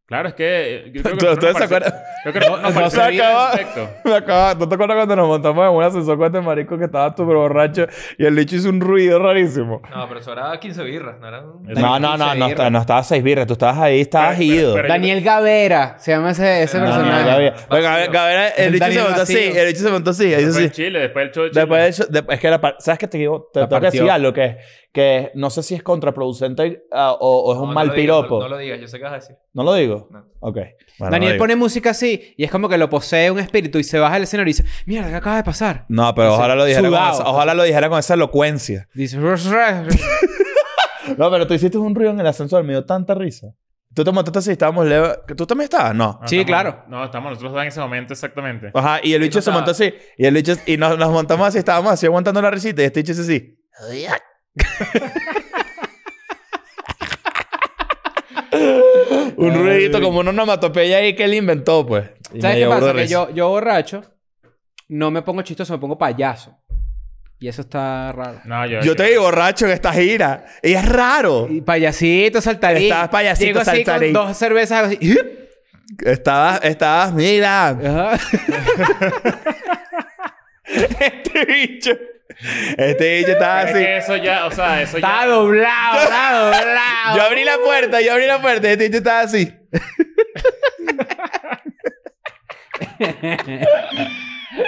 [SPEAKER 1] claro, es que. eh, Yo creo que
[SPEAKER 3] ¿Tú-
[SPEAKER 1] nosotros
[SPEAKER 3] tú
[SPEAKER 1] nos
[SPEAKER 3] te
[SPEAKER 1] parece-
[SPEAKER 3] acuerdas?
[SPEAKER 1] Yo creo que
[SPEAKER 2] No,
[SPEAKER 1] nos parece
[SPEAKER 3] se
[SPEAKER 1] bien al
[SPEAKER 3] acaba.
[SPEAKER 1] respecto.
[SPEAKER 3] <laughs> Me acaba- ¿Tú te acuerdas cuando nos montamos en un ascensor con este marico que estaba súper borracho y el bicho hizo un ruido rarísimo?
[SPEAKER 4] No, pero eso era 15 birras, no era un...
[SPEAKER 1] Es-
[SPEAKER 3] No, no, no, no, está- no estabas seis birras, tú estabas ahí, estabas
[SPEAKER 1] Pero- pero-
[SPEAKER 3] ido.
[SPEAKER 1] pero-
[SPEAKER 2] Daniel Gavera se llama ese, ese
[SPEAKER 4] No, no,
[SPEAKER 2] personaje.
[SPEAKER 4] no,
[SPEAKER 3] Gabriel.
[SPEAKER 4] Vacío.
[SPEAKER 3] Oye, Gabriel- Gabriel, el bicho se
[SPEAKER 2] Daniel
[SPEAKER 3] montó así,
[SPEAKER 2] vacío.
[SPEAKER 3] el bicho se montó así, ahí
[SPEAKER 1] Después
[SPEAKER 3] sí.
[SPEAKER 1] de Chile, después del show de Chile.
[SPEAKER 3] Después de eso, de- es que la par- ¿sabes que te digo? Te
[SPEAKER 2] La
[SPEAKER 3] tengo que decir
[SPEAKER 2] partió.
[SPEAKER 3] algo que, que no sé si es contraproducente ah, o, o es un
[SPEAKER 4] No, no
[SPEAKER 3] mal
[SPEAKER 4] lo digas,
[SPEAKER 3] piropo.
[SPEAKER 4] no, no lo digas, yo sé qué vas a decir.
[SPEAKER 3] digo?
[SPEAKER 4] No.
[SPEAKER 3] Ok. Bueno,
[SPEAKER 2] Daniel
[SPEAKER 3] no digo.
[SPEAKER 2] pone música así y es como que lo posee un espíritu y se baja del escenario y dice, mira, ¿qué acaba de pasar?
[SPEAKER 3] No, pero
[SPEAKER 2] Dice,
[SPEAKER 3] ojalá lo, dijera con
[SPEAKER 2] sudado.
[SPEAKER 3] esa, ojalá lo dijera con esa elocuencia.
[SPEAKER 2] Dice, "Rush, rush".
[SPEAKER 3] No, pero tú hiciste un ruido en el ascensor, me dio tanta risa. Tú te montaste así, estábamos lejos. ¿Tú también estabas? No.
[SPEAKER 1] No,
[SPEAKER 2] Sí,
[SPEAKER 1] Ah, estamos-
[SPEAKER 2] claro.
[SPEAKER 1] No, estamos nosotros dos en ese momento exactamente.
[SPEAKER 3] Ajá, y el bicho
[SPEAKER 4] no
[SPEAKER 3] se
[SPEAKER 4] estaba.
[SPEAKER 3] montó así. Y el bicho, y nos, nos montamos así, estábamos así aguantando la risita. Y este bicho hizo así. <laughs> un ruidito como una onomatopeya ahí que él inventó, pues. Y me
[SPEAKER 2] ¿Sabes qué
[SPEAKER 3] dio burda
[SPEAKER 2] pasa? Que
[SPEAKER 3] risa.
[SPEAKER 2] yo, yo borracho no me pongo chistoso, me pongo payaso. Y eso está raro.
[SPEAKER 1] No, yo,
[SPEAKER 3] Yo te vi borracho en esta gira. Y es raro.
[SPEAKER 2] Y payasito, saltarín.
[SPEAKER 3] Estabas payasito,
[SPEAKER 2] Llego así
[SPEAKER 3] saltarín.
[SPEAKER 2] con dos cervezas hago así. <laughs>
[SPEAKER 3] Estabas, estabas, mira.
[SPEAKER 2] Ajá.
[SPEAKER 3] Este bicho. Este bicho estaba
[SPEAKER 1] Pero es
[SPEAKER 3] así.
[SPEAKER 1] que eso ya, o sea, eso ya.
[SPEAKER 2] está doblado, está doblado.
[SPEAKER 3] Yo abrí la puerta, yo abrí la puerta. y Este bicho estaba así.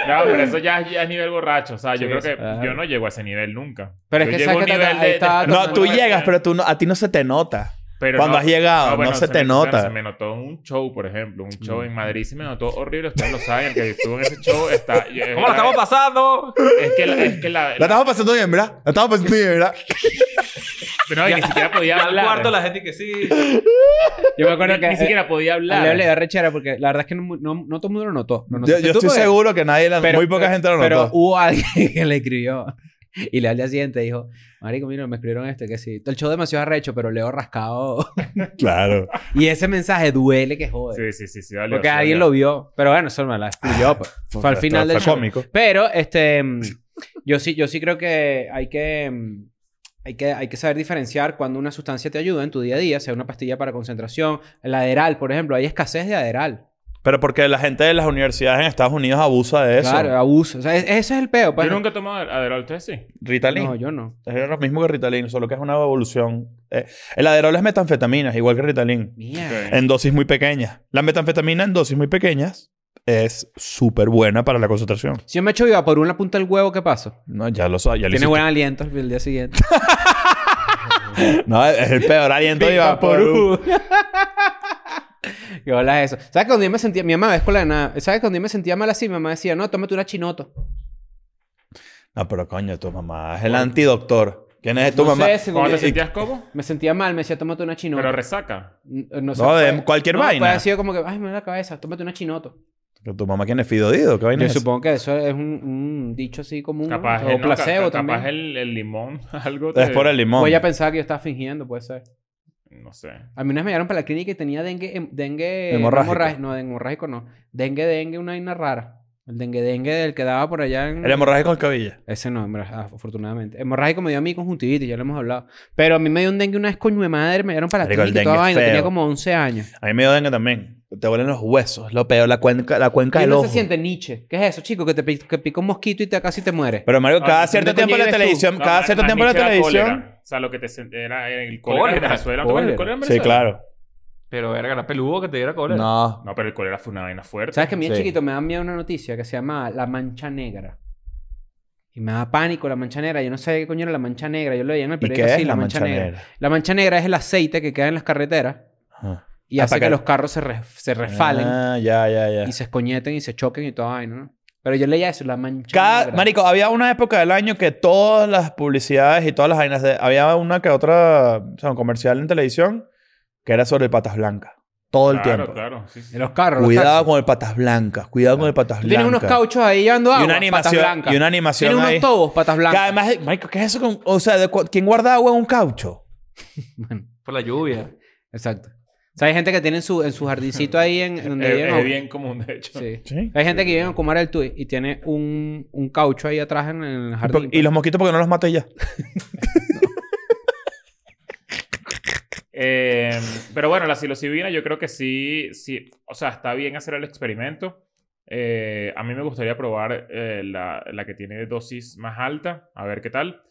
[SPEAKER 1] No, pero eso ya, ya es nivel borracho. O sea, yo
[SPEAKER 4] Sí,
[SPEAKER 1] creo que
[SPEAKER 2] claro.
[SPEAKER 1] yo no llego a ese nivel nunca.
[SPEAKER 2] Pero es
[SPEAKER 1] Yo
[SPEAKER 2] que
[SPEAKER 1] llego a un
[SPEAKER 2] sabes que
[SPEAKER 1] nivel
[SPEAKER 2] te- ahí está
[SPEAKER 3] Ah, No, tú
[SPEAKER 2] Totalmente.
[SPEAKER 3] llegas, pero tú no- a ti no se te nota.
[SPEAKER 1] Pero
[SPEAKER 3] cuando has llegado, no se te
[SPEAKER 1] me-
[SPEAKER 3] nota.
[SPEAKER 1] bueno, se me notó un show, por ejemplo. Un show en Madrid se me notó horrible. Ustedes lo saben. El que estuvo en ese show está...
[SPEAKER 4] ¿Cómo lo estamos pasando?
[SPEAKER 1] Es que la... Es que la,
[SPEAKER 3] La estamos pasando bien, ¿verdad? La estamos pasando bien, ¿verdad?
[SPEAKER 1] no, y ni siquiera podía
[SPEAKER 4] Al
[SPEAKER 1] hablar.
[SPEAKER 4] cuarto la gente que sí.
[SPEAKER 2] Yo me
[SPEAKER 1] Ni,
[SPEAKER 2] acuerdo que...
[SPEAKER 1] ni siquiera podía
[SPEAKER 2] eh, Le
[SPEAKER 1] hablar.
[SPEAKER 2] hablé de rechera porque la verdad es que no, no, no todo el mundo lo notó. Lo
[SPEAKER 3] Yo,
[SPEAKER 2] notaste
[SPEAKER 3] yo
[SPEAKER 2] tú,
[SPEAKER 3] estoy
[SPEAKER 2] porque-
[SPEAKER 3] seguro que nadie, la- muy poca gente lo
[SPEAKER 2] Pero
[SPEAKER 3] notó.
[SPEAKER 2] hubo alguien <laughs> que le escribió. Y le al día siguiente dijo, marico, mira, me escribieron este que sí. El show demasiado arrecho, pero Leo rascado.
[SPEAKER 3] Claro.
[SPEAKER 2] <laughs> y ese mensaje duele que jode.
[SPEAKER 1] Sí, sí, sí. sí valió,
[SPEAKER 2] porque
[SPEAKER 1] sí,
[SPEAKER 2] alguien
[SPEAKER 1] valió.
[SPEAKER 2] lo vio. Pero bueno, eso me la excluyó. pues. Fue al final
[SPEAKER 3] Fue-
[SPEAKER 2] del
[SPEAKER 3] fue
[SPEAKER 2] show.
[SPEAKER 3] cómico.
[SPEAKER 2] Pero, este... mm, Yo sí, yo sí creo que hay que... mm, Hay que, hay que saber diferenciar cuando una sustancia te ayuda en tu día a día, sea una pastilla para concentración, el aderal, por ejemplo, hay escasez de aderal.
[SPEAKER 3] Pero porque la gente de las universidades en Estados Unidos abusa de eso.
[SPEAKER 2] Claro, abuso. O sea, es- ese es el peo. pues.
[SPEAKER 1] Yo nunca he tomado Adderall. ¿Ustedes sí?
[SPEAKER 3] Ritalin.
[SPEAKER 2] No, yo no.
[SPEAKER 3] Es lo mismo que Ritalin, solo que es una evolución. Eh, el Adderall es metanfetaminas, igual que Ritalin.
[SPEAKER 2] Mierda.
[SPEAKER 1] Ok.
[SPEAKER 3] En dosis muy pequeñas. La metanfetamina en dosis muy pequeñas es súper buena para la concentración.
[SPEAKER 2] Si yo me echo viva por una punta del huevo, ¿qué pasa?
[SPEAKER 3] No, ya lo sabes. Ya lo
[SPEAKER 2] Tiene
[SPEAKER 3] hiciste.
[SPEAKER 2] buen aliento el día siguiente.
[SPEAKER 3] No, es el peor aliento de Vaporú.
[SPEAKER 2] <laughs> Qué hola eso. ¿Sabes que cuando yo me sentía... Mi mamá, escuela de nada. ¿Sabes que cuando yo me sentía mal así? Mi mamá decía, no, tómate una chinoto.
[SPEAKER 3] No, pero coño, tu mamá es el antidoctor. ¿Quién es tu
[SPEAKER 2] no
[SPEAKER 3] mamá?
[SPEAKER 2] sé, según
[SPEAKER 1] ¿Cómo
[SPEAKER 2] yo-
[SPEAKER 1] te sentías cómo?
[SPEAKER 2] Me sentía mal. Me decía, tómate una chinoto.
[SPEAKER 1] Pero resaca.
[SPEAKER 2] N- eh, no,
[SPEAKER 3] No, de
[SPEAKER 2] fue-
[SPEAKER 3] cualquier
[SPEAKER 2] no,
[SPEAKER 3] vaina.
[SPEAKER 2] Puede haber sido como que, ay, me duele la cabeza. Tómate una chinoto.
[SPEAKER 3] ¿Que ¿Tu mamá quién es Fidodido? ¿Qué vaina
[SPEAKER 2] Yo
[SPEAKER 3] es?
[SPEAKER 2] supongo que eso es un, un dicho así común. ¿no?
[SPEAKER 1] Capaz,
[SPEAKER 2] o
[SPEAKER 1] el, no, ca- capaz
[SPEAKER 2] placebo también.
[SPEAKER 1] el, el limón, <laughs> algo.
[SPEAKER 3] esa? Es
[SPEAKER 1] te-
[SPEAKER 3] por el limón.
[SPEAKER 2] O ella pensaba que yo estaba fingiendo, puede ser.
[SPEAKER 1] No sé.
[SPEAKER 2] A mí una vez me llevaron para la clínica y tenía dengue... em- dengue
[SPEAKER 3] Hemorrágico.
[SPEAKER 2] hemorragi- No, hemorrágico no. Dengue, dengue, una vaina rara. El dengue, dengue del que daba por allá en...
[SPEAKER 3] El hemorrágico del cabello.
[SPEAKER 2] Ese no, hemorra- af- afortunadamente. Hemorrágico me dio a mí conjuntivitis, ya lo hemos hablado. Pero a mí me dio un dengue una vez, coño de madre. Me dieron para la
[SPEAKER 3] Marico, el
[SPEAKER 2] clínica y toda
[SPEAKER 3] dengue
[SPEAKER 2] vaina.
[SPEAKER 3] es feo.
[SPEAKER 2] Tenía como 11 años.
[SPEAKER 3] A mí me dio dengue también. Te huelen los huesos. Lo peor, la cuenca, la cuenca
[SPEAKER 2] ¿Qué
[SPEAKER 3] del
[SPEAKER 2] no
[SPEAKER 3] ojo.
[SPEAKER 2] se siente Nietzsche? ¿Qué es eso, chico? Que te pi- que pica un mosquito y te casi te mueres.
[SPEAKER 3] Pero Mario,
[SPEAKER 1] No,
[SPEAKER 3] cada
[SPEAKER 1] ¿dónde
[SPEAKER 3] cierto
[SPEAKER 2] coño
[SPEAKER 3] tiempo en la
[SPEAKER 2] vives tú?
[SPEAKER 3] televisión,
[SPEAKER 1] No,
[SPEAKER 3] cada
[SPEAKER 1] ma-
[SPEAKER 3] cierto tiempo en la
[SPEAKER 1] maniche era
[SPEAKER 3] televisión.
[SPEAKER 1] cólera. O sea, lo que te sent- era el cólera, en
[SPEAKER 4] Cólera.
[SPEAKER 1] Venezuela. ¿Tú ves el
[SPEAKER 2] Cólera.
[SPEAKER 1] cólera en
[SPEAKER 3] Sí,
[SPEAKER 1] Venezuela?
[SPEAKER 3] claro.
[SPEAKER 4] Pero verga, era peludo que te diera cólera.
[SPEAKER 3] No.
[SPEAKER 1] No, pero el cólera fue una vaina fuerte.
[SPEAKER 2] ¿Sabes que a mí de
[SPEAKER 5] Sí.
[SPEAKER 2] chiquito me da miedo una noticia que se llama La Mancha Negra? Y me da pánico la mancha negra. Yo no sabía qué coño era la mancha negra. Yo lo veía en el
[SPEAKER 3] ¿Y
[SPEAKER 2] periódico
[SPEAKER 3] qué
[SPEAKER 2] así,
[SPEAKER 3] es la mancha
[SPEAKER 2] negra.
[SPEAKER 3] negra?
[SPEAKER 2] La mancha negra es el aceite que queda en las carreteras
[SPEAKER 3] Ajá.
[SPEAKER 2] y
[SPEAKER 3] Ah,
[SPEAKER 2] hace
[SPEAKER 3] para
[SPEAKER 2] que,
[SPEAKER 3] que-
[SPEAKER 2] los carros se, re- se resfalen
[SPEAKER 3] Ah, ya, ya, ya.
[SPEAKER 2] y se escoñeten y se choquen y toda vaina, ¿no? Pero yo leía eso, la mancha
[SPEAKER 3] Cada-
[SPEAKER 2] negra.
[SPEAKER 3] marico, había una época del año que todas las publicidades y todas las vainas de- había una que otra, o sea, un comercial en televisión que era sobre el patas blancas. Todo el
[SPEAKER 1] claro,
[SPEAKER 3] tiempo.
[SPEAKER 1] Claro, sí, sí.
[SPEAKER 2] De los carros. los
[SPEAKER 3] Cuidado
[SPEAKER 2] taxis.
[SPEAKER 3] con el patas blancas, cuidado con el patas
[SPEAKER 2] Tú
[SPEAKER 3] blancas.
[SPEAKER 2] tienes unos cauchos ahí llevando agua.
[SPEAKER 3] y una
[SPEAKER 2] Patas
[SPEAKER 3] animación
[SPEAKER 2] blancas.
[SPEAKER 3] y una animación
[SPEAKER 2] Tienes
[SPEAKER 3] ahí.
[SPEAKER 2] unos tobos, patas
[SPEAKER 3] Que
[SPEAKER 2] blancas.
[SPEAKER 3] además, marico, ¿qué es eso con, o sea, de cu- quién guarda agua en un caucho?
[SPEAKER 2] <laughs> Bueno,
[SPEAKER 4] Por la lluvia.
[SPEAKER 2] exacto. O sea, hay gente que tiene en su, en su jardincito ahí en, en donde
[SPEAKER 1] Es-
[SPEAKER 2] viven
[SPEAKER 1] es
[SPEAKER 2] agua.
[SPEAKER 1] bien común, de hecho.
[SPEAKER 2] Sí.
[SPEAKER 3] Sí.
[SPEAKER 2] Hay gente que vive en Kumar el Tui y tiene un, un caucho ahí atrás en, en el jardín.
[SPEAKER 3] Y los mosquitos porque no los maté ya.
[SPEAKER 1] Eh, pero bueno, la psilocibina yo creo que sí, sí, o sea, está bien hacer el experimento. Eh, a mí me gustaría probar eh, la, la que tiene dosis más alta, a ver qué tal.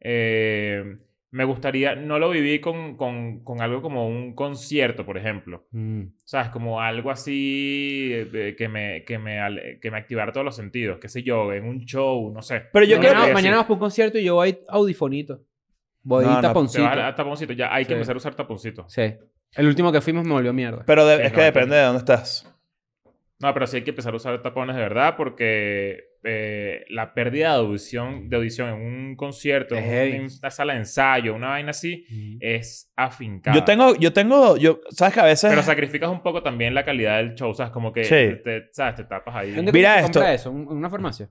[SPEAKER 1] Eh, me gustaría, no lo viví con, con, con algo como un concierto, por ejemplo.
[SPEAKER 2] Mm.
[SPEAKER 1] ¿Sabes? Como algo así eh, que, me, que, me, al- que me activara todos los sentidos, qué sé yo, en un show, no sé.
[SPEAKER 3] Pero yo
[SPEAKER 1] No
[SPEAKER 3] creo
[SPEAKER 1] lo
[SPEAKER 2] mañana,
[SPEAKER 1] voy a
[SPEAKER 2] mañana
[SPEAKER 1] decir.
[SPEAKER 2] vas para un concierto y yo voy audifonito. Voy
[SPEAKER 3] No, no,
[SPEAKER 1] Te
[SPEAKER 2] taponcito.
[SPEAKER 1] vas a, a taponcito, ya hay que
[SPEAKER 2] Sí.
[SPEAKER 1] empezar a usar taponcitos.
[SPEAKER 2] Sí. El último que fuimos me volvió mierda.
[SPEAKER 3] Pero de-
[SPEAKER 1] Sí,
[SPEAKER 3] es
[SPEAKER 1] no,
[SPEAKER 3] que
[SPEAKER 1] no.
[SPEAKER 3] depende de dónde estás.
[SPEAKER 1] No, pero sí hay que empezar a usar tapones de verdad porque eh, la pérdida de audición, de audición en un concierto,
[SPEAKER 2] Es
[SPEAKER 1] en
[SPEAKER 2] heavy.
[SPEAKER 1] un- una sala de ensayo, una vaina así,
[SPEAKER 2] Mm.
[SPEAKER 3] eh,
[SPEAKER 1] es afincada.
[SPEAKER 3] Yo tengo yo tengo yo sabes que a veces
[SPEAKER 1] Pero sacrificas un poco también la calidad del show, ¿sabes? Como que,
[SPEAKER 3] Sí.
[SPEAKER 1] te, ¿sabes? Te tapas ahí.
[SPEAKER 2] ¿Dónde
[SPEAKER 3] Mira
[SPEAKER 2] coño se
[SPEAKER 3] esto.
[SPEAKER 2] compra eso? ¿En en una farmacia?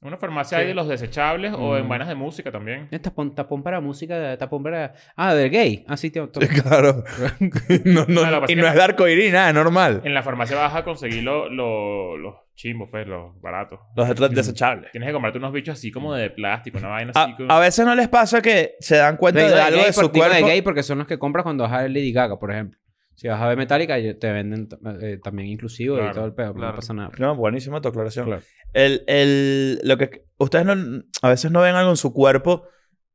[SPEAKER 1] En una farmacia hay de los desechables o en
[SPEAKER 2] Mm.
[SPEAKER 1] vainas de música también.
[SPEAKER 2] ¿Es tapón, tapón para música? ¿Tapón para...? Ah, del gay. Ah, sí, tío.
[SPEAKER 3] Sí,
[SPEAKER 2] <laughs>
[SPEAKER 3] <laughs> claro. No, no,
[SPEAKER 1] No,
[SPEAKER 2] pues
[SPEAKER 1] lo que pasa
[SPEAKER 3] y
[SPEAKER 1] es
[SPEAKER 3] no
[SPEAKER 1] que-
[SPEAKER 3] es de arcoíris, nada, es normal.
[SPEAKER 1] En la farmacia vas a conseguir lo- lo- los chimbos, pues, los baratos.
[SPEAKER 3] Los atras desechables.
[SPEAKER 1] Tienes que comprarte unos bichos así como de plástico, una vaina
[SPEAKER 3] A,
[SPEAKER 1] así. con-
[SPEAKER 3] Mm. Ah, a veces no les pasa que se dan cuenta
[SPEAKER 2] Digo
[SPEAKER 3] de algo
[SPEAKER 2] gay
[SPEAKER 3] de su
[SPEAKER 2] por- digo
[SPEAKER 3] cuerpo.
[SPEAKER 2] de gay porque son los que compras cuando vas a ver Lady Gaga, por ejemplo. Si vas a ver Metallica, ellos te venden eh, también inclusivo y
[SPEAKER 1] Claro,
[SPEAKER 2] todo el pedo. pero No
[SPEAKER 4] claro.
[SPEAKER 2] pasa nada.
[SPEAKER 3] No, buenísima tu aclaración.
[SPEAKER 1] Claro.
[SPEAKER 3] El, el, lo que ustedes no, a veces no ven algo en su cuerpo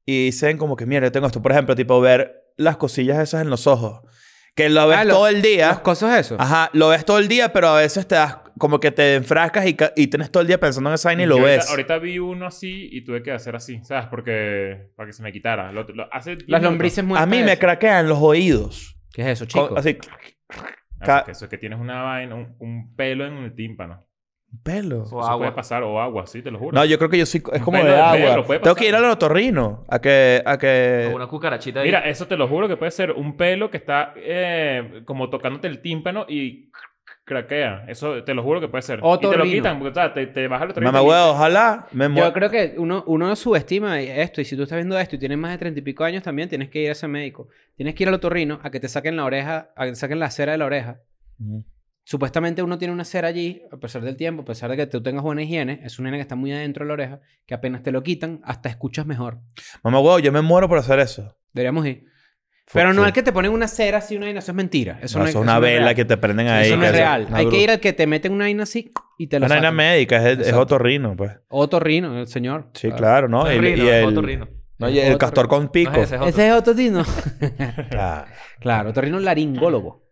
[SPEAKER 3] y dicen como que, mira, yo tengo esto. Por ejemplo, tipo ver las cosillas esas en los ojos. Que lo ves
[SPEAKER 2] Ah, lo-
[SPEAKER 3] todo el
[SPEAKER 2] ¿Las
[SPEAKER 3] día.
[SPEAKER 2] cosas eso?
[SPEAKER 3] Ajá, lo ves todo el día, pero a veces te das como que te enfrascas y, ca- y tienes todo el día pensando en esa vaina y
[SPEAKER 1] Yo
[SPEAKER 3] lo
[SPEAKER 1] ahorita-
[SPEAKER 3] ves.
[SPEAKER 1] Ahorita, vi uno así y tuve que hacer así, ¿sabes? Porque para que se me quitara. Lo- lo- hace diez
[SPEAKER 2] Las
[SPEAKER 1] minutos.
[SPEAKER 2] lombrices
[SPEAKER 3] A
[SPEAKER 2] muertas.
[SPEAKER 3] mí me
[SPEAKER 2] eso.
[SPEAKER 3] craquean los oídos.
[SPEAKER 2] ¿Qué es eso, chico?
[SPEAKER 3] Con- así,
[SPEAKER 1] Ah,
[SPEAKER 3] Ca-
[SPEAKER 1] porque Eso es que tienes una vaina, un, un pelo en el tímpano.
[SPEAKER 3] pelo.
[SPEAKER 4] O
[SPEAKER 1] Eso puede
[SPEAKER 4] agua.
[SPEAKER 1] pasar o agua, sí, te lo juro.
[SPEAKER 3] No, yo creo que yo soy... Es como
[SPEAKER 1] Bueno,
[SPEAKER 3] de
[SPEAKER 1] de pelo,
[SPEAKER 3] agua.
[SPEAKER 1] puede
[SPEAKER 3] Tengo
[SPEAKER 1] pasar.
[SPEAKER 3] que ir al otorrino a que... A que...
[SPEAKER 4] O una cucarachita ahí.
[SPEAKER 1] Mira, eso te lo juro que puede ser un pelo que está eh, como tocándote el tímpano y craquea. Eso te lo juro que puede ser. Y te lo
[SPEAKER 2] Otorrino.
[SPEAKER 1] quitan, porque o sea, te, te baja el otorrino
[SPEAKER 3] Mamá
[SPEAKER 1] y-
[SPEAKER 3] huevo, ojalá me
[SPEAKER 2] Yo
[SPEAKER 3] muera.
[SPEAKER 2] creo que uno, uno subestima esto. Y si tú estás viendo esto y tienes más de treinta y pico años también, tienes que ir a ese médico. Tienes que ir al otorrino a que te saquen la oreja, a que te saquen la cera de la oreja. Supuestamente uno tiene una cera allí, a pesar del tiempo, a pesar de que tú tengas buena higiene, es una nena que está muy adentro de la oreja, que apenas te lo quitan, hasta escuchas mejor.
[SPEAKER 3] Mamá huevo, yo me muero por hacer eso.
[SPEAKER 2] Deberíamos ir.
[SPEAKER 3] Fuck
[SPEAKER 2] Pero no
[SPEAKER 3] sí.
[SPEAKER 2] al que te ponen una cera así, una vaina, eso es mentira. Eso
[SPEAKER 3] No,
[SPEAKER 2] no,
[SPEAKER 3] eso es una
[SPEAKER 2] real.
[SPEAKER 3] vela que te prenden ahí.
[SPEAKER 2] Eso no
[SPEAKER 3] que
[SPEAKER 2] es real.
[SPEAKER 3] una
[SPEAKER 2] Hay que
[SPEAKER 3] bru-
[SPEAKER 2] ir al que te meten una vaina así y te
[SPEAKER 3] Es
[SPEAKER 2] lo
[SPEAKER 3] una vaina
[SPEAKER 2] sacan.
[SPEAKER 3] médica, es, es
[SPEAKER 2] Exacto.
[SPEAKER 3] otorrino, pues.
[SPEAKER 2] Otorrino, el señor. Ah.
[SPEAKER 3] Sí, claro, ¿no? Y,
[SPEAKER 4] Otorrino,
[SPEAKER 3] y el,
[SPEAKER 4] otorrino.
[SPEAKER 3] no, y el
[SPEAKER 2] Otorrino.
[SPEAKER 3] castor con
[SPEAKER 4] No
[SPEAKER 3] pico.
[SPEAKER 4] es ese, es otro.
[SPEAKER 2] Ese es otorrino.
[SPEAKER 3] Claro.
[SPEAKER 2] <laughs> claro, otorrino laringólogo.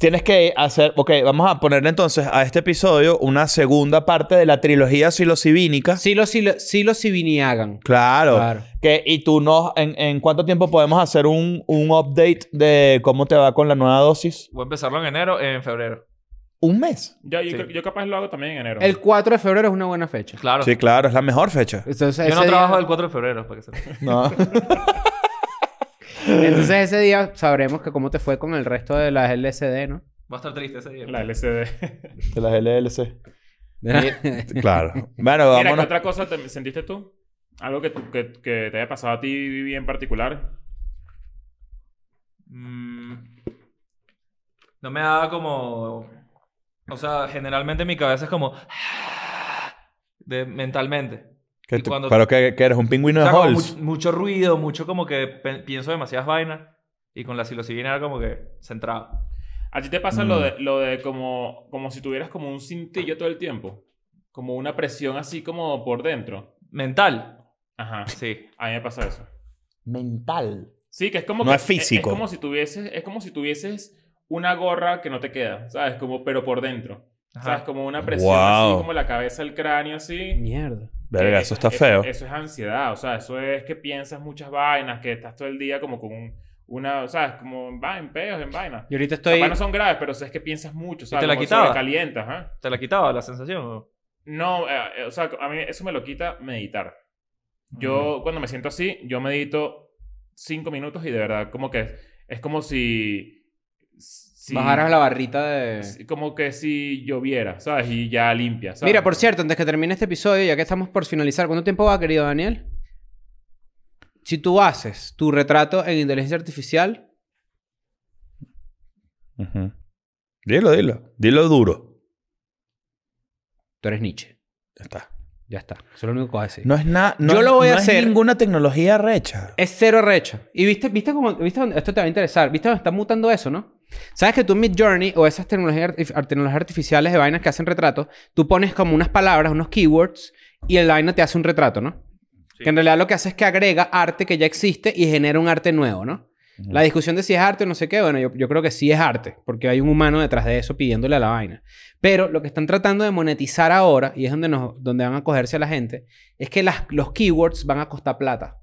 [SPEAKER 3] Tienes que hacer... Ok, vamos a ponerle entonces a este episodio una segunda parte de la trilogía psilocibínica.
[SPEAKER 2] Sí los sí los sibiniagan.
[SPEAKER 3] Claro.
[SPEAKER 2] Claro.
[SPEAKER 3] Que, y tú nos... En, en cuánto tiempo podemos hacer un, un update de cómo te va con la nueva dosis?
[SPEAKER 4] Voy a empezarlo en enero, en febrero.
[SPEAKER 3] ¿Un mes?
[SPEAKER 1] Yo, yo
[SPEAKER 4] Sí.
[SPEAKER 1] creo- yo capaz lo hago también en enero.
[SPEAKER 2] El 4 de febrero es una buena fecha.
[SPEAKER 4] Claro.
[SPEAKER 3] Sí, claro. Es la mejor fecha.
[SPEAKER 2] Entonces,
[SPEAKER 4] Yo
[SPEAKER 2] ese
[SPEAKER 4] no
[SPEAKER 2] día-
[SPEAKER 4] trabajo el 4 de febrero. Para que se...
[SPEAKER 3] No.
[SPEAKER 2] entonces ese día sabremos que cómo te fue con el resto de las LSD, ¿no?
[SPEAKER 4] Va a estar triste ese día.
[SPEAKER 1] La
[SPEAKER 3] <laughs>
[SPEAKER 1] LCD.
[SPEAKER 3] De las LLC.
[SPEAKER 2] <laughs>
[SPEAKER 3] Claro. Bueno,
[SPEAKER 1] Mira, ¿qué
[SPEAKER 3] vámonos.
[SPEAKER 1] otra cosa te- sentiste tú? Algo que, tú- que, que te haya pasado a ti en particular.
[SPEAKER 4] Mm, no me daba como... O sea, generalmente mi cabeza es como... <sighs> De, mentalmente.
[SPEAKER 3] Que
[SPEAKER 4] Y
[SPEAKER 3] tú-
[SPEAKER 4] cuando-
[SPEAKER 3] Pero que, que eres un pingüino
[SPEAKER 4] O sea,
[SPEAKER 3] de
[SPEAKER 4] como
[SPEAKER 3] Halls.
[SPEAKER 4] mu- mucho ruido, mucho como que pe- pienso demasiadas vainas. Y con la psilocibina era como que centrado.
[SPEAKER 1] ¿A ti te pasa
[SPEAKER 3] Mm.
[SPEAKER 1] lo de, lo de como, como si tuvieras como un cintillo todo el tiempo? Como una presión así como por dentro.
[SPEAKER 4] Mental.
[SPEAKER 1] Ajá. <laughs>
[SPEAKER 4] Sí.
[SPEAKER 1] A mí me pasa eso.
[SPEAKER 5] Mental.
[SPEAKER 1] Sí, que es como
[SPEAKER 3] No
[SPEAKER 1] que-
[SPEAKER 3] es físico.
[SPEAKER 1] Es, como si tuvieses, es como si tuvieses una gorra que no te queda, ¿sabes? Como, pero por dentro.
[SPEAKER 4] Ajá.
[SPEAKER 1] ¿Sabes? Como una presión
[SPEAKER 3] Wow.
[SPEAKER 1] así, como la cabeza, el cráneo así.
[SPEAKER 2] Mierda.
[SPEAKER 3] Verga,
[SPEAKER 1] Eh,
[SPEAKER 3] eso está
[SPEAKER 1] es-
[SPEAKER 3] feo.
[SPEAKER 1] Eso es ansiedad, o sea, eso es que piensas muchas vainas, que estás todo el día como con un- una, ¿sabes? Como va, en peos, en vainas.
[SPEAKER 2] Y ahorita estoy.
[SPEAKER 1] Capaz no son graves, pero es que piensas mucho, ¿sabes?
[SPEAKER 4] te la
[SPEAKER 1] Como
[SPEAKER 4] quitaba?
[SPEAKER 1] sobrecalientas, ¿ah?
[SPEAKER 4] ¿Te la quitaba la sensación? o?
[SPEAKER 1] No, eh, eh, o sea, a mí eso me lo quita meditar. Yo cuando me siento así, yo medito cinco minutos y de verdad como que es como si... si
[SPEAKER 2] Bajaras la barrita de.
[SPEAKER 1] si- Como que si lloviera, ¿sabes? Y ya limpia, ¿sabes?
[SPEAKER 2] Mira, por cierto, antes que termine este episodio, ya que estamos por finalizar, ¿cuánto tiempo va, querido Daniel? Si tú haces tu retrato en inteligencia artificial,
[SPEAKER 3] Ujú. Dilo, dilo. Dilo duro.
[SPEAKER 2] tú eres Nietzsche.
[SPEAKER 3] Ya está.
[SPEAKER 2] Ya está. Eso es lo único que vas a decir.
[SPEAKER 3] No es nada. No,
[SPEAKER 2] Yo lo voy
[SPEAKER 3] no
[SPEAKER 2] a hacer.
[SPEAKER 3] es ninguna tecnología recha.
[SPEAKER 2] Es cero recha. Y viste, viste cómo, viste dónde- esto te va a interesar. Viste dónde está mutando eso, ¿no? Sabes que tú en Mid Journey o esas tecnologías, artif- ar- tecnologías artificiales de vainas que hacen retratos, tú pones como unas palabras, unos keywords y el vaina te hace un retrato, ¿no?
[SPEAKER 4] Sí.
[SPEAKER 2] Que en realidad lo que hace es que agrega arte que ya existe y genera un arte nuevo, ¿no? La discusión de si es arte o no sé qué, bueno, yo, yo creo que sí es arte, porque hay un humano detrás de eso pidiéndole a la vaina. Pero lo que están tratando de monetizar ahora, y es donde, nos, donde van a cogerse a la gente, es que las, los keywords van a costar plata.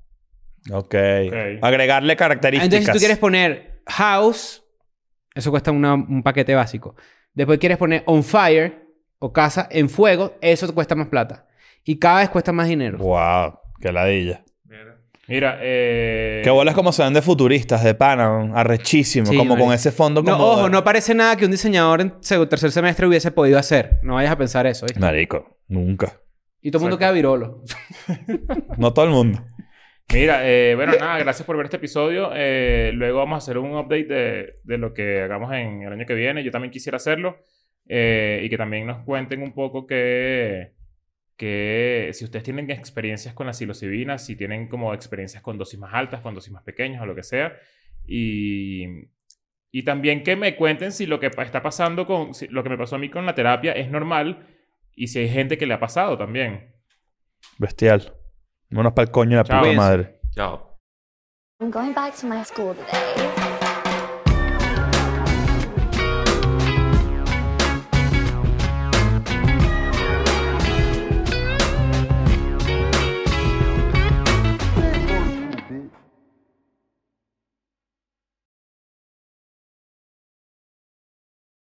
[SPEAKER 3] Ok.
[SPEAKER 1] Ok.
[SPEAKER 2] ah,
[SPEAKER 3] Agregarle características.
[SPEAKER 2] Entonces, si tú quieres poner house, eso cuesta una- un paquete básico. Después quieres poner on fire o casa en fuego, eso te cuesta más plata. Y cada vez cuesta más dinero.
[SPEAKER 3] Wow. Qué ladilla.
[SPEAKER 4] Mierda.
[SPEAKER 1] Mira, eh...
[SPEAKER 3] <laughs> Que bolas como se ven de futuristas, de pana, arrechísimo,
[SPEAKER 2] Sí,
[SPEAKER 3] como
[SPEAKER 2] marico.
[SPEAKER 3] con ese fondo como...
[SPEAKER 2] No, ojo,
[SPEAKER 3] de-
[SPEAKER 2] no parece nada que un diseñador en seg- tercer semestre hubiese podido hacer. No vayas a pensar eso. ¿viste?
[SPEAKER 3] Marico, nunca.
[SPEAKER 2] Y todo el mundo
[SPEAKER 1] Exacto.
[SPEAKER 2] queda virolo.
[SPEAKER 3] No todo el mundo.
[SPEAKER 1] Mira, eh, bueno, nada, gracias por ver este episodio. Eh, luego vamos a hacer un update de, de lo que hagamos en el año que viene. Yo también quisiera hacerlo. Eh, y que también nos cuenten un poco que, que si ustedes tienen experiencias con la psilocibina, si tienen como experiencias con dosis más altas, con dosis más pequeñas o lo que sea. Y, y también que me cuenten si lo que pa- está pasando con, si lo que me pasó a mí con la terapia es normal y si hay gente que le ha pasado también.
[SPEAKER 3] Bestial. Vámonos para el coño de la
[SPEAKER 1] Chao.
[SPEAKER 3] puta
[SPEAKER 1] Cuídense.
[SPEAKER 3] madre.
[SPEAKER 4] Chao.
[SPEAKER 6] I'm going back to my school today.